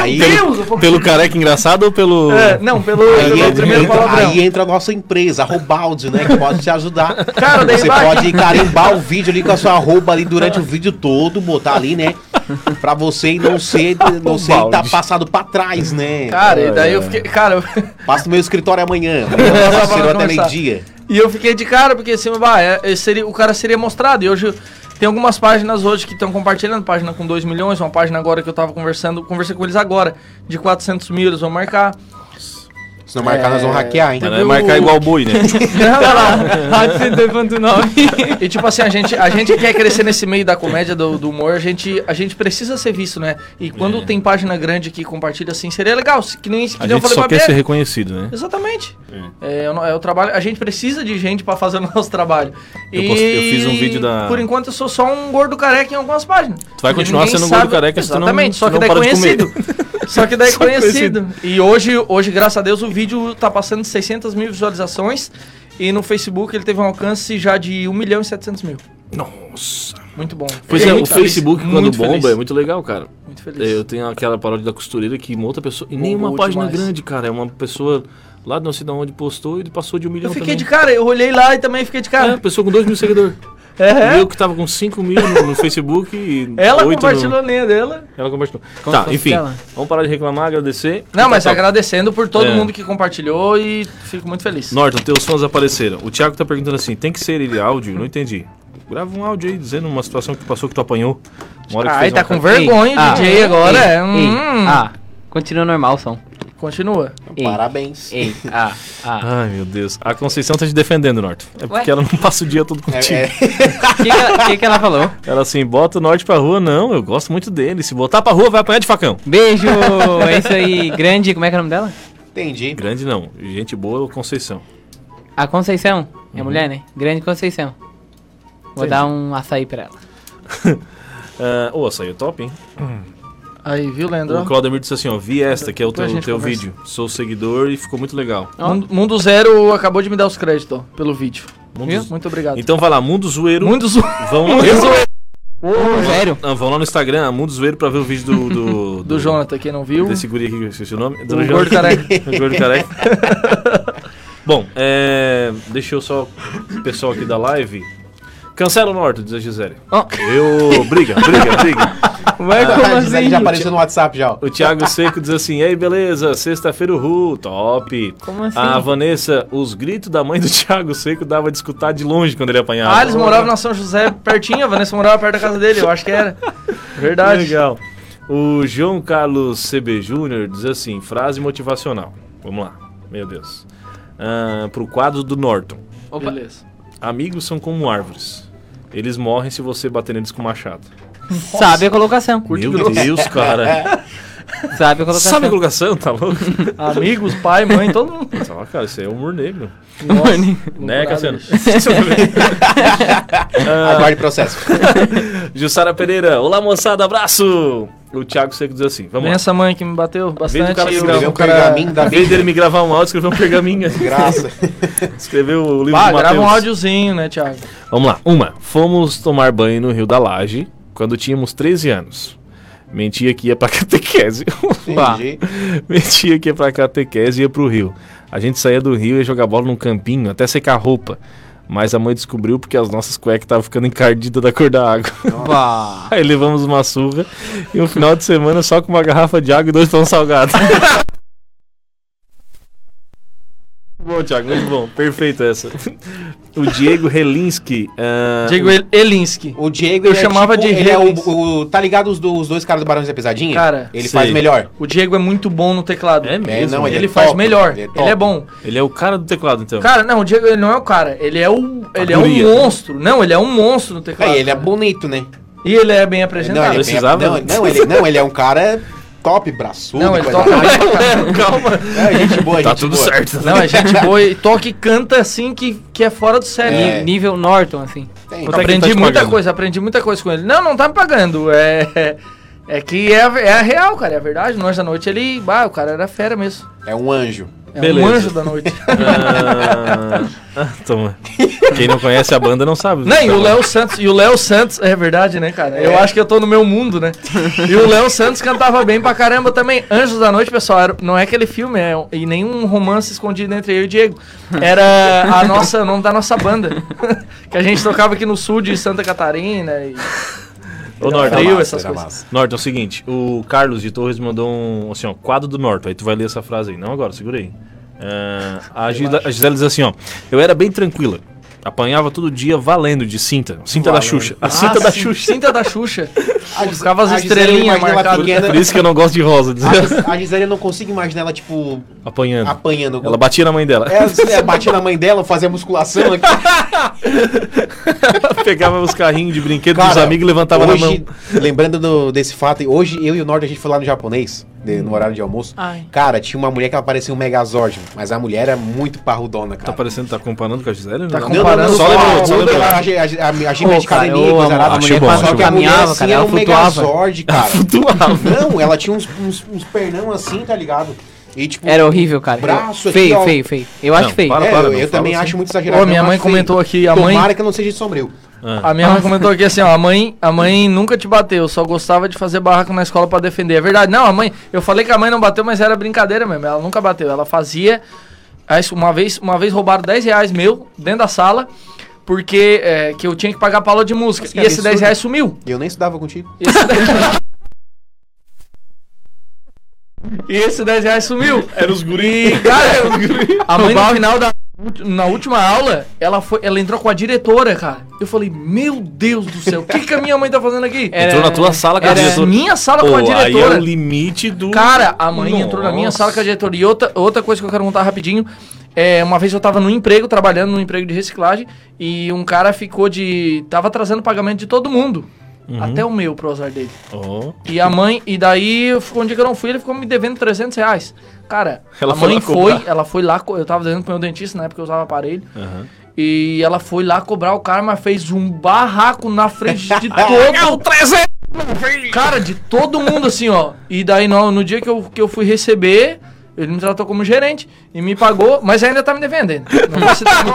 Speaker 4: Aí,
Speaker 3: Meu Deus, eu vou...
Speaker 2: Pelo careca engraçado ou pelo.
Speaker 3: É, não, pelo,
Speaker 4: aí,
Speaker 3: pelo
Speaker 4: entra,
Speaker 2: então,
Speaker 3: primeiro palavrão.
Speaker 2: é
Speaker 4: aí entra a nossa empresa, a Robaldi, né? Que pode te ajudar.
Speaker 3: Cara, daí
Speaker 4: Você
Speaker 3: vai-
Speaker 4: pode carimbar o vídeo ali com a sua arroba ali durante o vídeo todo, botar ali, né? Pra você não ser, não ser tá
Speaker 2: Robaldi.
Speaker 4: passado pra trás, né?
Speaker 3: Cara, e daí eu fiquei. Cara, eu-
Speaker 4: Passa no meu escritório amanhã. amanhã eu faço
Speaker 3: Pra
Speaker 4: até
Speaker 3: conversar.
Speaker 4: meio-dia.
Speaker 3: E eu fiquei de cara, porque assim, bah, é- é- seria, o cara seria mostrado. E hoje tem algumas páginas hoje que estão compartilhando, página com 2 milhões, uma página agora que eu tava conversando, conversei com eles agora, de 400 mil, eles vão marcar.
Speaker 4: Se não marcar, nós vamos hackear, hein?
Speaker 2: Mas não
Speaker 3: tipo
Speaker 2: é marcar igual boi, né?
Speaker 1: Olha lá, Rádio 102.9.
Speaker 3: E tipo assim, a gente, a gente quer crescer nesse meio da comédia, do, do humor, a gente, a gente precisa ser visto, né? E quando tem página grande que compartilha assim, seria legal, se- que nem, que
Speaker 2: É. A
Speaker 3: nem eu
Speaker 2: gente
Speaker 3: falei
Speaker 2: só
Speaker 3: pra
Speaker 2: quer
Speaker 3: Bia.
Speaker 2: ser reconhecido, né?
Speaker 3: Exatamente. É, eu não- é o trabalho. A gente precisa de gente pra fazer o nosso trabalho.
Speaker 2: Eu
Speaker 3: E
Speaker 2: postei- eu fiz um vídeo da-
Speaker 3: Por enquanto eu sou só um gordo careca em algumas páginas.
Speaker 2: Tu vai
Speaker 3: Porque
Speaker 2: continuar
Speaker 3: ninguém
Speaker 2: sendo um gordo careca se tu não-
Speaker 3: Exatamente, só
Speaker 2: se
Speaker 3: que
Speaker 2: não
Speaker 3: daí é
Speaker 2: parar de comer.
Speaker 3: conhecido. Só que daí é
Speaker 2: Só
Speaker 3: conhecido. E hoje, hoje, graças a Deus, o vídeo tá passando de 600 mil visualizações. E no Facebook ele teve um alcance já de 1 milhão e 700 mil.
Speaker 2: Nossa.
Speaker 3: Muito bom.
Speaker 2: Pois
Speaker 3: Fiquei
Speaker 2: é, o
Speaker 3: muito feliz,
Speaker 2: Facebook, quando
Speaker 3: muito
Speaker 2: bomba,
Speaker 3: feliz,
Speaker 2: é muito legal, cara.
Speaker 3: Muito feliz.
Speaker 2: Eu tenho aquela paródia da costureira que uma outra pessoa. E nem
Speaker 3: Bombou
Speaker 2: uma página
Speaker 3: demais.
Speaker 2: grande, cara. É uma pessoa lá de não sei de onde postou e passou de um milhão
Speaker 3: Eu fiquei de
Speaker 2: também.
Speaker 3: cara, eu olhei lá e também fiquei de
Speaker 2: É,
Speaker 3: cara.
Speaker 2: pessoa com 2 mil seguidores.
Speaker 3: É,
Speaker 2: Eu que tava com 5 mil no, no Facebook e
Speaker 3: Ela
Speaker 2: oito no-
Speaker 3: compartilhou a linha dela.
Speaker 2: Ela compartilhou.
Speaker 1: Como se
Speaker 2: tá,
Speaker 1: fosse
Speaker 2: enfim.
Speaker 3: Ah,
Speaker 1: ela.
Speaker 2: Vamos parar de reclamar, agradecer.
Speaker 3: Não, mas
Speaker 2: Tá, tá.
Speaker 3: agradecendo por todo
Speaker 2: É.
Speaker 3: mundo que compartilhou e fico muito feliz.
Speaker 2: Norton, teus fãs apareceram. O Thiago tá perguntando assim: tem que ser ele áudio? Não entendi. Grava um áudio aí dizendo uma situação que tu passou, que tu apanhou. Uma hora que
Speaker 3: Ai,
Speaker 2: fez
Speaker 3: tá
Speaker 2: uma
Speaker 3: com
Speaker 2: cagada.
Speaker 3: vergonha o DJ agora.
Speaker 1: ah, ei,
Speaker 3: é,
Speaker 1: ei,
Speaker 3: hum.
Speaker 1: Ah, continua normal o som.
Speaker 3: Continua.
Speaker 1: Ei,
Speaker 4: Parabéns.
Speaker 1: Ei, ah, ah.
Speaker 2: Ai, meu Deus. A Conceição tá te defendendo, Norton. É
Speaker 1: Ué?
Speaker 2: porque ela não passa o dia todo
Speaker 4: É,
Speaker 2: contigo.
Speaker 4: é,
Speaker 1: O que, que ela- que que ela falou?
Speaker 2: Ela assim, bota o Norte pra rua. Não, eu gosto muito dele. Se botar pra rua, vai apanhar de facão.
Speaker 1: Beijo! É isso aí, grande. Como é que é o nome dela?
Speaker 4: entendi.
Speaker 2: Grande não. Gente boa, é o Conceição.
Speaker 1: A Conceição. É mulher, né? Grande Conceição. Vou dar um açaí pra ela.
Speaker 2: Ah, Ô, açaí é top, hein?
Speaker 3: Aí, viu,
Speaker 2: O
Speaker 3: Leandro?
Speaker 2: Claudemir disse assim, ó, vi esta, que é o
Speaker 3: Depois a
Speaker 2: teu,
Speaker 3: gente
Speaker 2: teu
Speaker 3: conversa.
Speaker 2: vídeo. Sou seguidor e ficou muito legal.
Speaker 3: Mundo, Mundo Zero acabou de me dar os créditos ó, pelo vídeo.
Speaker 2: Mundo
Speaker 3: Viu?
Speaker 2: Z-
Speaker 3: Muito obrigado.
Speaker 2: Então vai lá, Mundo Zoeiro.
Speaker 3: Mundo Zero.
Speaker 2: Vão, lá,
Speaker 1: Sério?
Speaker 2: Ah, vão lá no Instagram, Mundo Zoeiro, pra ver o vídeo do... Do,
Speaker 3: Do Jonathan, quem não viu.
Speaker 2: Desse guri aqui, que eu esqueci o nome. Do
Speaker 3: O
Speaker 2: Jonathan.
Speaker 3: gordo careca.
Speaker 2: O gordo careca. Bom, é, deixa eu só... O pessoal aqui da live... Cancela o Norton, diz a Gisele.
Speaker 1: Ó.
Speaker 2: Eu... Briga, briga, briga.
Speaker 1: Vai
Speaker 4: Ah, Gisele já apareceu no WhatsAei já, ó.
Speaker 2: O Thiago Seco diz assim: Ei, beleza, sexta-feira, uhul, top.
Speaker 1: Como assim?
Speaker 2: A Vanessa, os gritos da mãe do Thiago Seco dava de escutar de longe quando ele apanhava.
Speaker 3: Ah, eles moravam na São José pertinho, a Vanessa morava perto da casa dele, eu acho que era. Verdade.
Speaker 2: Legal. O João Carlos CB Júnior diz assim: frase motivacional. Vamos lá, meu Deus. Ah, pro quadro do Norton:
Speaker 3: Beleza.
Speaker 2: Amigos são como árvores. Eles morrem se você bater neles com machado.
Speaker 1: Sabe a colocação.
Speaker 2: Meu Deus, cara.
Speaker 1: Sabe a colocação.
Speaker 2: Sabe a colocação? Tá louco?
Speaker 3: Amigos, pai, mãe, todo mundo.
Speaker 2: Tá, cara, isso aí é humor negro.
Speaker 3: Nossa,
Speaker 2: Né,
Speaker 3: loucurada,
Speaker 2: Cassiano? é
Speaker 3: bicho.
Speaker 4: Aguarde o processo.
Speaker 2: Jussara Pereira, olá moçada, abraço! O Thiago Seco diz assim, vamos
Speaker 3: Vem
Speaker 2: lá.
Speaker 3: essa mãe que me bateu bastante.
Speaker 2: cara que
Speaker 3: eu-
Speaker 2: escreveu
Speaker 4: Escreveu um pergaminho da
Speaker 2: Em vez
Speaker 4: vida.
Speaker 2: dele me gravar um áudio, escreveu um pergaminho.
Speaker 4: Graça.
Speaker 2: escreveu o livro
Speaker 3: Ah,
Speaker 2: do
Speaker 3: grava um
Speaker 2: Mateus.
Speaker 3: áudiozinho, né, Thiago?
Speaker 2: Vamos lá, uma. Fomos tomar banho no Rio da Laje quando tínhamos 13 anos. Mentia que ia pra catequese. Lá.
Speaker 4: Entendi.
Speaker 2: Mentia que ia pra catequese e ia pro Rio. A gente saía do Rio e ia jogar bola num campinho, até secar a roupa. Mas a mãe descobriu porque as nossas cuecas estavam ficando encardidas da cor da água.
Speaker 1: Bah.
Speaker 2: Aí levamos uma surra e um final de semana só com uma garrafa de água e dois pão salgados. bom, Thiago, muito bom. Perfeito essa. O Diego Relinski. ah,
Speaker 3: Diego El- Elinsky.
Speaker 4: O Diego,
Speaker 3: Eu
Speaker 4: ele é
Speaker 3: chamava
Speaker 4: tipo-
Speaker 3: de
Speaker 4: ele é
Speaker 3: Reis.
Speaker 4: o, o- Tá ligado os, do- os dois caras do Barões da Pesadinha?
Speaker 3: Cara,
Speaker 4: ele
Speaker 2: sei.
Speaker 4: faz melhor.
Speaker 3: O Diego é muito bom no teclado.
Speaker 2: É mesmo?
Speaker 4: É, não,
Speaker 3: Ele,
Speaker 4: ele é
Speaker 3: faz
Speaker 4: top,
Speaker 3: melhor.
Speaker 4: ele é
Speaker 3: Ele é,
Speaker 4: top.
Speaker 3: bom.
Speaker 2: Ele é o cara do teclado, então.
Speaker 3: Cara, não, o Diego ele não é o cara. Ele é o. Ele é
Speaker 2: guria.
Speaker 3: um monstro. Não, ele é um monstro no teclado.
Speaker 4: Aí, ele é bonito, né?
Speaker 3: E ele é bem
Speaker 4: Não,
Speaker 3: apresentado.
Speaker 4: ele é bem-
Speaker 2: precisava?
Speaker 4: não, não, ele, não, ele é um cara top, braçudo.
Speaker 3: Não, ele
Speaker 4: coisa
Speaker 3: toca
Speaker 4: lá.
Speaker 3: bem pra
Speaker 2: calma.
Speaker 4: É, gente boa,
Speaker 2: Tá
Speaker 4: gente
Speaker 2: tudo
Speaker 4: boa.
Speaker 2: certo.
Speaker 3: Não, é gente boa e toca e canta assim que, que é fora do sério.
Speaker 4: É.
Speaker 3: E-
Speaker 1: Nível Norton, assim.
Speaker 2: Quanto é que
Speaker 4: Tem.
Speaker 2: ele tá
Speaker 3: Aprendi
Speaker 2: te
Speaker 3: muita
Speaker 2: pagando?
Speaker 3: coisa, aprendi muita coisa com ele. Não, não tá me pagando. É, é que é, a- é a real, cara. É a verdade. No anjo da noite ele. Bah, o cara era fera mesmo.
Speaker 4: É um anjo.
Speaker 3: É
Speaker 2: Beleza.
Speaker 3: um anjo da noite.
Speaker 2: Ah, ah, toma. Quem não conhece a banda não sabe.
Speaker 3: Não, e
Speaker 4: Então.
Speaker 3: o Léo Santos, e o Léo Santos, é verdade, né, cara? Eu acho que eu tô no meu mundo, né? E o Léo Santos cantava bem pra caramba também. Anjos da Noite, pessoal, era- não é aquele filme, é, e nenhum romance escondido entre eu e o Diego. Era a nossa, o nome da nossa banda. que a gente tocava aqui no sul de Santa Catarina e
Speaker 2: Ô, Norton.
Speaker 3: Frio,
Speaker 4: massa,
Speaker 3: essas
Speaker 4: era
Speaker 3: coisas.
Speaker 4: massa.
Speaker 2: Norton, é o seguinte, o Carlos de Torres mandou um, assim, ó, quadro do Norton, aí tu vai ler essa frase aí, não agora, segura aí. Ah, a, Gisa- a Gisele diz assim, ó, eu era bem tranquila, apanhava todo dia valendo de cinta, cinta da Xuxa, a cinta da
Speaker 3: Ah, sim,
Speaker 2: Xuxa.
Speaker 3: Cinta da Xuxa.
Speaker 4: A Gis-
Speaker 3: Ficava as
Speaker 4: a Gisele, eu
Speaker 3: estrelinhas
Speaker 4: imagino ela
Speaker 3: marcadas.
Speaker 4: pequena.
Speaker 2: Por isso que eu não gosto de rosa, diz
Speaker 4: A
Speaker 2: ela,
Speaker 4: Gis- A Gisele eu não consigo imaginar ela, tipo,
Speaker 2: apanhando.
Speaker 4: apanhando.
Speaker 2: Ela batia na mãe dela,
Speaker 4: É, é, batia na mãe dela, fazia musculação aqui.
Speaker 2: pegava os carrinhos de brinquedo dos
Speaker 4: Cara,
Speaker 2: amigos e levantava
Speaker 4: hoje,
Speaker 2: na mão.
Speaker 4: Lembrando do- desse fato, hoje eu e o Norte a gente foi lá no japonês, de- no horário de almoço.
Speaker 1: Ai.
Speaker 4: Cara, tinha uma mulher que ela parecia um Megazord, mas a mulher era muito parrudona, cara.
Speaker 2: Tá parecendo, tá comparando com a Gisele? Tá
Speaker 4: Não, não, não,
Speaker 3: comparando
Speaker 4: só
Speaker 2: só lembrou, só
Speaker 4: a-
Speaker 2: lembrou.
Speaker 4: a- a- a- a ginga
Speaker 1: Pô,
Speaker 4: de
Speaker 1: cara,
Speaker 4: academia,
Speaker 1: eu
Speaker 4: coisa
Speaker 1: amo.
Speaker 4: arada,
Speaker 2: Achei
Speaker 4: mulher
Speaker 2: bom,
Speaker 4: quase
Speaker 2: achei
Speaker 4: que a
Speaker 1: bom.
Speaker 4: mulher
Speaker 1: Caminhava,
Speaker 4: assim,
Speaker 1: cara,
Speaker 4: era
Speaker 1: ela
Speaker 4: um
Speaker 1: flutuava.
Speaker 4: Megazord, cara.
Speaker 2: Flutuava.
Speaker 4: Não, ela tinha uns, uns, uns pernão assim, tá ligado? E tipo...
Speaker 1: Era horrível, cara.
Speaker 4: Braço aqui,
Speaker 1: feio,
Speaker 4: ó.
Speaker 1: feio, feio. Eu acho
Speaker 2: Não,
Speaker 1: feio.
Speaker 2: para.
Speaker 4: É,
Speaker 2: Claro, não,
Speaker 4: eu, eu
Speaker 2: fala
Speaker 4: também
Speaker 2: assim.
Speaker 4: acho muito exagerado.
Speaker 3: Ô, minha
Speaker 4: eu
Speaker 3: mãe
Speaker 4: acho feio.
Speaker 3: comentou aqui, a mãe-
Speaker 4: Tomara que eu não seja de sombrio.
Speaker 3: A minha mãe comentou aqui assim, ó, a mãe, a mãe nunca te bateu, só gostava de fazer barraco na escola pra defender. É verdade. Não, a mãe, eu falei que a mãe não bateu, mas era brincadeira mesmo. Ela nunca bateu. Ela fazia Aí, uma vez, uma vez roubaram 10 reais meu dentro da sala porque é, que eu tinha que pagar pra aula de música.
Speaker 4: que
Speaker 3: e esse é
Speaker 4: absurdo.
Speaker 3: 10 reais sumiu.
Speaker 4: E eu nem estudava contigo.
Speaker 3: E esse 10 reais sumiu.
Speaker 2: Era os guris.
Speaker 3: Cara, É a mãe no final da na última aula, ela foi, ela entrou com a diretora, cara. Eu falei: "Meu Deus do céu, o que que a minha mãe tá fazendo aqui?"
Speaker 2: Entrou na tua sala com a
Speaker 3: Era
Speaker 2: diretora.
Speaker 3: minha sala com a
Speaker 2: Pô, aí é
Speaker 3: diretora.
Speaker 2: o limite do...
Speaker 3: Cara, a mãe entrou na minha
Speaker 2: Nossa.
Speaker 3: sala com a diretoria. E outra, outra coisa que eu quero contar rapidinho. É, uma vez eu tava no emprego, trabalhando num emprego de reciclagem, e um cara ficou de. tava trazendo pagamento de todo mundo. Até o meu, pro azar dele.
Speaker 2: Ó.
Speaker 3: E a mãe, e daí ficou um dia que eu não fui, ele ficou me devendo 300 reais. Cara,
Speaker 2: Ela
Speaker 3: a
Speaker 2: foi
Speaker 3: mãe
Speaker 2: lá
Speaker 3: foi,
Speaker 2: cobrar.
Speaker 3: ela foi lá, co- eu tava devendo pro meu dentista na época eu usava aparelho.
Speaker 2: Aham.
Speaker 3: E ela foi lá cobrar o cara, mas fez um barraco na frente de todo.
Speaker 2: 300!
Speaker 3: Cara, de todo mundo, assim, ó. E daí, no, no dia que eu, que eu fui receber, ele me tratou como gerente e me pagou, mas ainda tá me devendo. Não sei se tá me-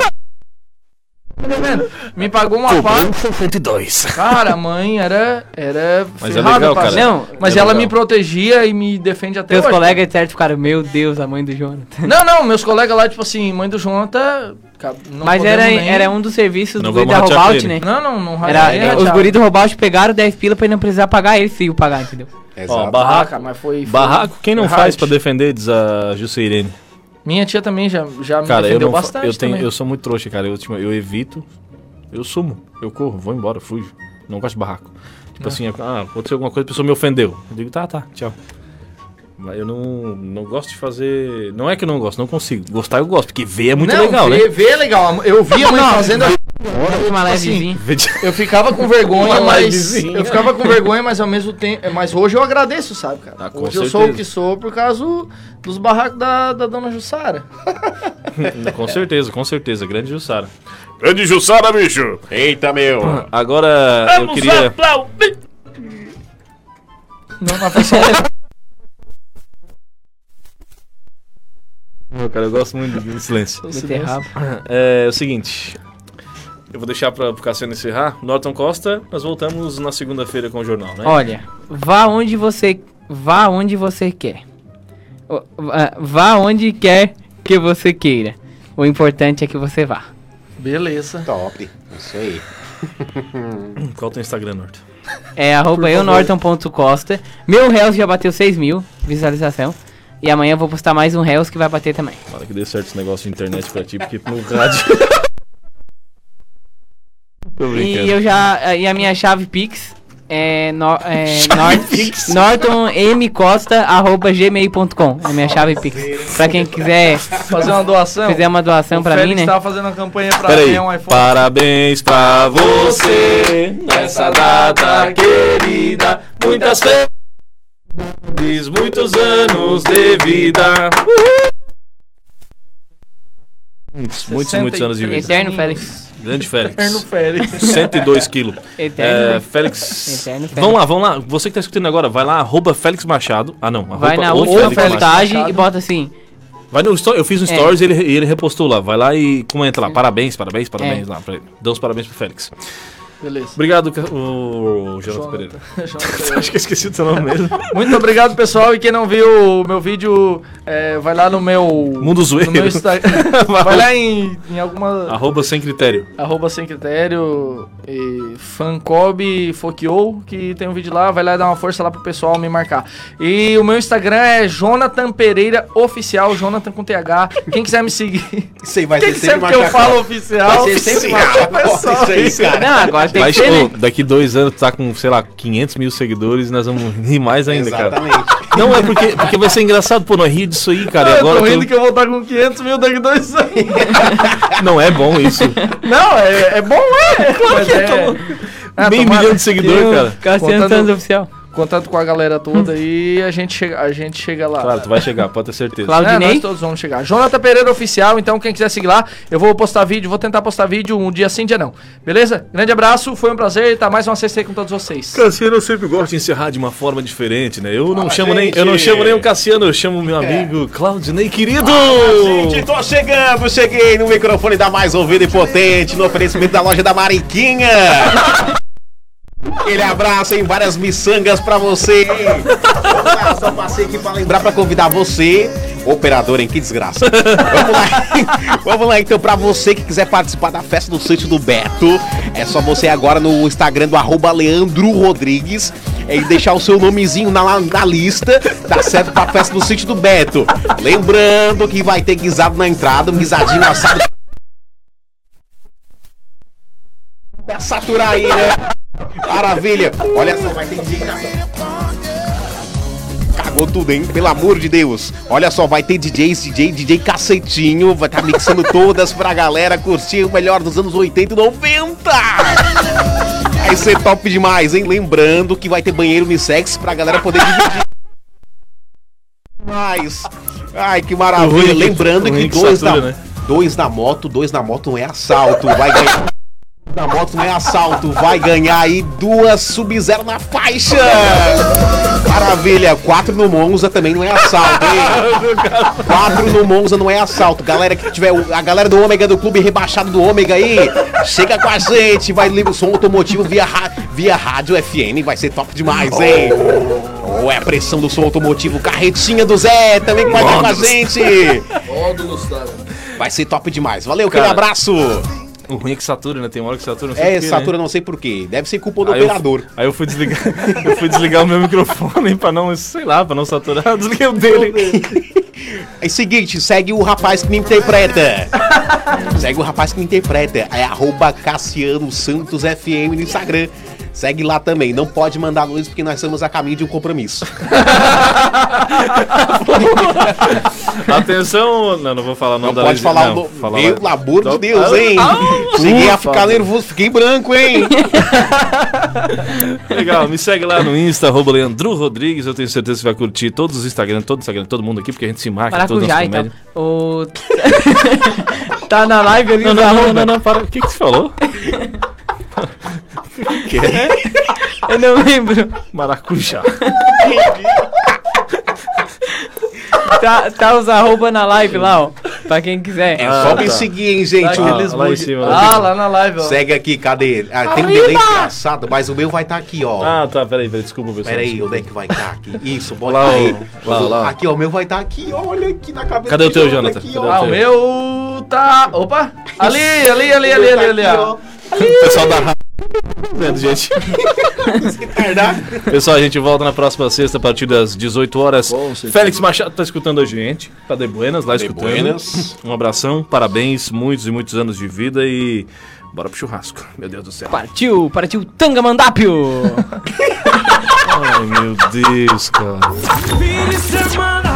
Speaker 3: tá me devendo. Me pagou uma parte.
Speaker 2: 102.
Speaker 3: Cara, a mãe era. Era.
Speaker 2: Mas é
Speaker 3: ferrada
Speaker 2: legal,
Speaker 3: pra-
Speaker 2: cara.
Speaker 1: Não,
Speaker 3: Mas
Speaker 2: É
Speaker 3: ela
Speaker 2: legal.
Speaker 3: me protegia e me defende até
Speaker 1: Meus
Speaker 3: hoje.
Speaker 1: colegas certo ficaram, meu Deus, a mãe do Jonathan.
Speaker 3: Não, não, meus colegas lá, tipo assim, mãe do Jonathan. cara, não
Speaker 1: Mas
Speaker 3: podemos
Speaker 1: era,
Speaker 3: nem-
Speaker 1: era um dos serviços
Speaker 2: Não
Speaker 1: do guri
Speaker 2: vamos
Speaker 1: da
Speaker 2: ratear
Speaker 1: Robaut,
Speaker 2: com
Speaker 1: né?
Speaker 2: ele.
Speaker 3: Não, não, não
Speaker 1: Era,
Speaker 3: era
Speaker 1: os
Speaker 3: chato.
Speaker 1: guris do Robaut pegaram 10 pila pra ele não precisar pagar, eles iam pagar, entendeu?
Speaker 2: Ó,
Speaker 3: Ah,
Speaker 2: barraco.
Speaker 3: cara, mas foi. foi-
Speaker 2: Barraco, quem não
Speaker 3: foi
Speaker 2: faz
Speaker 3: hard.
Speaker 2: pra defender, diz a Jusceirene.
Speaker 3: Minha tia também já, já me
Speaker 2: Cara, eu,
Speaker 3: defendeu
Speaker 2: não fa-
Speaker 3: bastante.
Speaker 2: eu, tenho,
Speaker 3: também.
Speaker 2: eu sou muito trouxa, cara. Eu, tipo, eu evito, eu sumo, eu corro, vou embora, fujo. Não gosto de barraco. Tipo
Speaker 3: É.
Speaker 2: assim, ah, aconteceu alguma coisa, a pessoa me ofendeu. Eu digo, tá, tá, tchau. Mas eu não, não gosto de fazer. Não é que eu não gosto, não consigo. Gostar eu gosto, porque ver é muito
Speaker 3: não,
Speaker 2: legal,
Speaker 3: vê,
Speaker 2: né?
Speaker 3: vê é legal. Eu vi a mãe fazendo, eu-
Speaker 1: Uma levezinha.
Speaker 2: Ver de-
Speaker 3: eu ficava com vergonha,
Speaker 2: Uma
Speaker 3: mas
Speaker 2: livezinha.
Speaker 3: eu ficava com vergonha, mas ao mesmo tempo, mas hoje eu agradeço, sabe, cara?
Speaker 2: Ah, com
Speaker 3: hoje eu sou o
Speaker 2: certeza.
Speaker 3: que sou por causa dos barracos da, da dona Jussara.
Speaker 2: com certeza, com certeza. Grande Jussara.
Speaker 7: Grande Jussara, bicho! Eita, meu!
Speaker 2: Agora eu queria.
Speaker 3: Não, na pessoa
Speaker 2: Meu, cara, eu gosto muito do silêncio.
Speaker 1: Beterraba.
Speaker 2: É, é o seguinte. Eu vou deixar pra, pro Cassiano encerrar. Norton Costa, nós voltamos na segunda-feira com o jornal, né?
Speaker 1: Olha, vá onde você vá onde você quer. O- vá- Vá onde quer que você queira. O importante é que você vá.
Speaker 3: Beleza.
Speaker 4: Top. Isso aí.
Speaker 2: Qual o teu Instagram, Norton?
Speaker 1: É arroba eunorton.costa. Meu Reels já bateu 6 mil visualização. E amanhã eu vou postar mais um Reels que vai bater também.
Speaker 2: Fala que deu certo esse negócio de internet pra ti, porque no rádio. Tô
Speaker 1: E
Speaker 2: brincando.
Speaker 1: eu já. eh, E a minha chave Pix é, no, é nor, nortonmcosta.gmail.com. É minha chave Pix. Pra quem quiser
Speaker 3: Fazer uma doação.
Speaker 1: fizer uma doação
Speaker 3: o
Speaker 1: pra mim,
Speaker 3: Félix tá
Speaker 1: né?
Speaker 3: tava fazendo uma campanha pra
Speaker 2: Peraí,
Speaker 3: ganhar um iPhone.
Speaker 2: parabéns pra você nessa data querida. Muitas feliz, muitos anos de vida. Muitos, muitos, muitos anos de vida.
Speaker 1: Eterno Félix.
Speaker 2: Grande
Speaker 3: Eterno
Speaker 2: Félix.
Speaker 3: Félix.
Speaker 2: 102 quilos.
Speaker 1: Eterno. né?
Speaker 2: É, Félix.
Speaker 1: Eterno Félix.
Speaker 2: Vamos lá, vamos lá. Você que tá escutando agora, vai lá, arroba Félix Machado. Ah, não. Arroba,
Speaker 1: Vai na
Speaker 2: o
Speaker 1: última É.
Speaker 2: Félix Machado.
Speaker 1: postagem
Speaker 3: Machado.
Speaker 1: e bota assim.
Speaker 2: Vai no story, eu fiz um stories e ele, e ele repostou lá. Vai lá e comenta lá. Parabéns, parabéns,
Speaker 1: É.
Speaker 2: parabéns lá pra ele. Dá uns parabéns pro Félix.
Speaker 3: Beleza.
Speaker 2: Obrigado, ca- o Jonathan Pereira. Acho que eu esqueci o teu nome mesmo.
Speaker 3: Muito obrigado, pessoal. E quem não viu o meu vídeo, é, vai lá no meu.
Speaker 2: Mundo Zoeiro.
Speaker 3: No meu Instagram. vai lá em, em alguma.
Speaker 2: Arroba sem critério.
Speaker 3: Arroba sem critério. E fancob foqueou. Que tem um vídeo lá. Vai lá dar uma força lá pro pessoal me marcar. E o meu Instagram é Jonathan Pereira Oficial. Jonathan com TH. Quem quiser me seguir.
Speaker 4: Isso aí vai
Speaker 3: Quem que
Speaker 4: ser sempre
Speaker 3: sempre que eu
Speaker 4: macaco.
Speaker 3: falo oficial.
Speaker 4: Vai ser sempre
Speaker 3: é
Speaker 4: macaco. Isso aí, cara.
Speaker 1: Não, agora tem que
Speaker 2: Mas,
Speaker 1: ser, né?
Speaker 2: tipo, daqui dois anos tu tá com, sei lá, 500 mil seguidores, nós vamos rir mais ainda, cara.
Speaker 4: Exatamente.
Speaker 2: Não, é porque, porque vai ser engraçado, pô, nós rir disso aí, cara. E
Speaker 3: Eu
Speaker 2: agora
Speaker 3: tô
Speaker 2: tu-
Speaker 3: rindo que eu vou estar com 500 mil daqui dois anos.
Speaker 2: Não é bom isso.
Speaker 3: Não, é, é bom, é. Claro que é. Ah,
Speaker 2: Meio
Speaker 3: tomara.
Speaker 2: milhão de seguidor,
Speaker 1: Eu-
Speaker 2: cara.
Speaker 1: Cassiano
Speaker 3: Contando-
Speaker 1: Santos Oficial.
Speaker 3: Contato com a galera toda e a gente chega, a gente chega lá.
Speaker 2: Claro, tu vai chegar, pode ter certeza.
Speaker 1: Claro.
Speaker 3: É,
Speaker 1: Claudinei.
Speaker 3: nós todos vamos chegar. Jonathan Pereira Oficial, então quem quiser seguir lá, eu vou postar vídeo, vou tentar postar vídeo um dia sim, dia não. Beleza? Grande abraço, foi um prazer e tá mais uma sexta aí com todos vocês.
Speaker 2: Cassiano, eu sempre gosto de encerrar de uma forma diferente, né? Eu não chamo nem, eu não
Speaker 7: gente.
Speaker 2: chamo nem o Cassiano, eu chamo meu amigo Claudinei querido.
Speaker 4: É. Gente, tô chegando, cheguei no microfone da mais ouvida e potente, no oferecimento da loja da Mariquinha. Aquele abraço em várias miçangas pra você. Ah, Só passei aqui pra lembrar pra convidar você, operador, hein? Que desgraça. Vamos lá. Vamos lá então, pra você que quiser participar da festa do sítio do Beto, é só você ir agora no Instagram do arroba Leandro Rodrigues é, e deixar o seu nomezinho na, na lista, tá certo? Pra festa do sítio do Beto. Lembrando que vai ter guisado na entrada, um guisadinho assado. Até saturar aí, né? Maravilha! Olha só, vai ter DJ. Cagou tudo, hein? Pelo amor de Deus. Olha só, vai ter DJs, DJ, DJ cacetinho. Vai estar mixando todas pra galera curtir o melhor dos anos 80 e 90. Vai ser top demais, hein? Lembrando que vai ter banheiro unissex pra galera poder dividir. Mas. Ai, que
Speaker 2: O
Speaker 4: maravilha.
Speaker 2: Rick-
Speaker 4: Lembrando
Speaker 2: o
Speaker 4: que
Speaker 2: Rick
Speaker 4: dois
Speaker 2: satura,
Speaker 4: da,
Speaker 2: né?
Speaker 4: dois na moto, dois na moto não é assalto. Vai ganhar. Na moto não é assalto, vai ganhar aí duas sub-zero na faixa! Maravilha, quatro no Monza também não é assalto, hein? Quatro no Monza não é assalto. Galera que tiver, o- a galera do Ômega, do clube rebaixado do Ômega aí, chega com a gente, vai livre som automotivo via, ra- via rádio FM, vai ser top demais, hein? Ou é a pressão do som automotivo, carretinha do Zé também que vai estar com a gente! Vai ser top demais, valeu, aquele
Speaker 2: Cara,
Speaker 4: abraço!
Speaker 2: O ruim é que satura, né? Tem uma hora que satura, não sei
Speaker 4: É,
Speaker 2: porquê, né?
Speaker 4: Satura, não sei porquê. Deve ser culpa do
Speaker 2: Aí eu,
Speaker 4: operador.
Speaker 2: aí eu fui desligar, eu fui desligar o meu microfone pra não, sei lá, pra não saturar, eu desliguei o dele.
Speaker 4: É seguinte, segue o rapaz que me interpreta. segue o rapaz que me interpreta. É arroba Cassiano Santos FM no Instagram. Segue lá também. Não pode mandar nudes porque nós estamos a caminho de um compromisso.
Speaker 2: Atenção, não, não vou falar o
Speaker 4: Não
Speaker 2: nome da Lady-
Speaker 4: pode falar
Speaker 2: não,
Speaker 4: o
Speaker 2: fala
Speaker 4: nome. Pelo
Speaker 2: lá. Ah,
Speaker 4: amor
Speaker 2: Então-
Speaker 4: de Deus, hein? Cheguei a ficar nervoso, fiquei branco, hein?
Speaker 2: Legal, me segue lá no Insta, arroba Leandro Rodrigues, eu tenho certeza que você vai curtir todos os Instagram, todo o Instagram, todo mundo aqui, porque a gente se marca, todas as
Speaker 1: Maracujá, então.
Speaker 2: comédias.
Speaker 1: O... tá na live ali
Speaker 2: Não,
Speaker 1: do
Speaker 2: não, não,
Speaker 1: arroba.
Speaker 2: não, não, para, o que que você falou?
Speaker 1: Eu não lembro.
Speaker 2: Maracujá.
Speaker 1: Tá, tá os arroba na live lá, ó. pra quem quiser.
Speaker 4: É
Speaker 2: Ah,
Speaker 4: só
Speaker 2: tá.
Speaker 4: me seguir, hein, gente.
Speaker 2: Ah,
Speaker 4: Eles-
Speaker 2: lá em cima.
Speaker 3: Ah, lá na live, ó.
Speaker 4: Segue aqui, cadê? ele? Ah, tem um delay engraçado, mas o meu vai estar aqui, ó.
Speaker 2: Ah, tá, peraí, peraí, desculpa, pessoal.
Speaker 4: Peraí,
Speaker 2: desculpa.
Speaker 4: onde é que vai estar aqui? Isso, bota
Speaker 2: Lá, ó.
Speaker 4: aí.
Speaker 2: Lá, lá.
Speaker 4: Aqui, ó, o meu vai estar aqui, ó, olha aqui na cabeça.
Speaker 2: Cadê o teu,
Speaker 4: Olha
Speaker 2: Jonathan?
Speaker 4: aqui,
Speaker 2: Cadê
Speaker 4: ó.
Speaker 3: Ah, o meu tá. Opa! Ali, ali, ali, ali, ali, ali,
Speaker 4: Tá
Speaker 3: ó.
Speaker 4: aqui,
Speaker 2: O pessoal da rádio tá vendo, gente.
Speaker 4: É, Cardápio.
Speaker 2: Pessoal, a gente volta na próxima sexta a partir das 18 horas. Félix Machado tá escutando a gente. Tá de buenas lá escutando.
Speaker 4: buenas.
Speaker 2: Um abração, parabéns, muitos e muitos anos de vida e bora pro churrasco. Meu Deus do céu.
Speaker 1: Partiu, partiu Tangamandápio.
Speaker 2: Ai, meu Deus, cara.
Speaker 8: Fim de semana